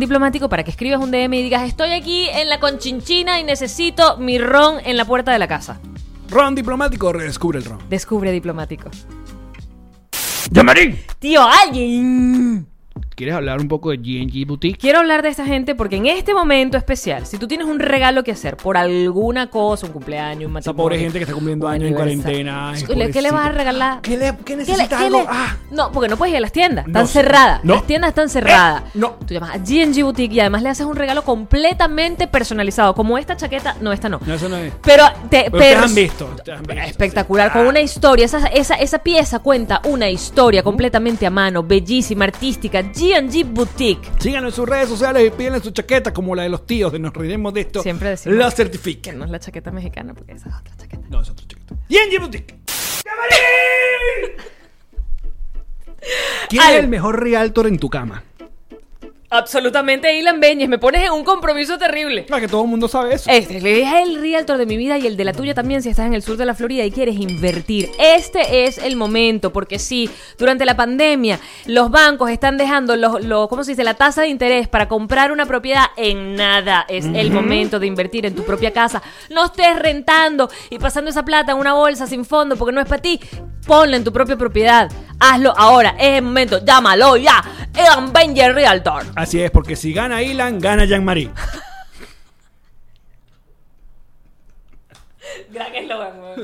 [SPEAKER 2] diplomático, para que escribas un DM y digas, estoy aquí en la conchinchina y necesito mi ron en la puerta de la casa.
[SPEAKER 1] Ron Diplomático, redescubre el ron.
[SPEAKER 2] Descubre diplomático.
[SPEAKER 1] ¡Llamarín!
[SPEAKER 2] Tío, alguien.
[SPEAKER 1] ¿Quieres hablar un poco de G&G Boutique?
[SPEAKER 2] Quiero hablar de esta gente porque en este momento especial, si tú tienes un regalo que hacer por alguna cosa, un cumpleaños, un
[SPEAKER 1] Esa
[SPEAKER 2] matrimonio,
[SPEAKER 1] pobre gente que está cumpliendo
[SPEAKER 2] un
[SPEAKER 1] años en
[SPEAKER 2] aniversario.
[SPEAKER 1] cuarentena. ay,
[SPEAKER 2] ¿Qué le- ¿Qué le vas a
[SPEAKER 1] pobrecito.
[SPEAKER 2] regalar?
[SPEAKER 1] ¿Qué, le, qué
[SPEAKER 2] ¿Qué le-
[SPEAKER 1] necesita
[SPEAKER 2] qué
[SPEAKER 1] algo?
[SPEAKER 2] le-
[SPEAKER 1] Ah,
[SPEAKER 2] No, porque no puedes ir a las tiendas.
[SPEAKER 1] No
[SPEAKER 2] Están
[SPEAKER 1] sé.
[SPEAKER 2] cerradas.
[SPEAKER 1] No. Eh,
[SPEAKER 2] Las tiendas están cerradas.
[SPEAKER 1] no.
[SPEAKER 2] Tú llamas a GNG Boutique y además le haces un regalo completamente personalizado. Como esta chaqueta. No, esta no.
[SPEAKER 1] no, eso no es.
[SPEAKER 2] Pero te
[SPEAKER 1] Pero ustedes
[SPEAKER 2] pers-
[SPEAKER 1] han visto, ustedes han visto,
[SPEAKER 2] Espectacular,
[SPEAKER 1] sí.
[SPEAKER 2] con una historia. Esa, esa, esa pieza cuenta una historia completamente a mano, bellísima, artística. GNG Boutique.
[SPEAKER 1] Síganos en sus redes sociales y pídenle su chaqueta como la de los tíos de Nos Riremos de Esto.
[SPEAKER 2] Siempre decimos.
[SPEAKER 1] La
[SPEAKER 2] Que
[SPEAKER 1] certifiquen.
[SPEAKER 2] no es la chaqueta mexicana, porque esa es otra chaqueta.
[SPEAKER 1] No, es otro chiquito. G&G Boutique. ¡Llamarín! ¿Quién
[SPEAKER 2] Al-
[SPEAKER 1] es el mejor realtor en tu cama?
[SPEAKER 2] Absolutamente, Ilan Beñez, me pones en un compromiso terrible.
[SPEAKER 1] Ah, que todo el mundo sabe eso.
[SPEAKER 2] Este es el realtor de mi vida y el de la tuya también si estás en el sur de la Florida y quieres invertir. Este es el momento, porque sí, durante la pandemia los bancos están dejando los, los- ¿cómo se dice? la tasa de interés para comprar una propiedad en nada. Es el momento de invertir en tu propia casa. No estés rentando y pasando esa plata en una bolsa sin fondo porque no es para ti. Ponla en tu propia propiedad. Hazlo ahora, es el momento, llámalo ya. Edan Benji Realtor.
[SPEAKER 1] Así es, porque si gana Ilan, gana Jean-Marie.
[SPEAKER 2] Gran eslogan, weón.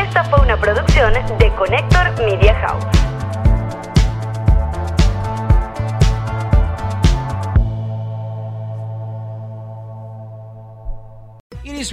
[SPEAKER 9] Esta fue una producción de Connector Media House.
[SPEAKER 10] It is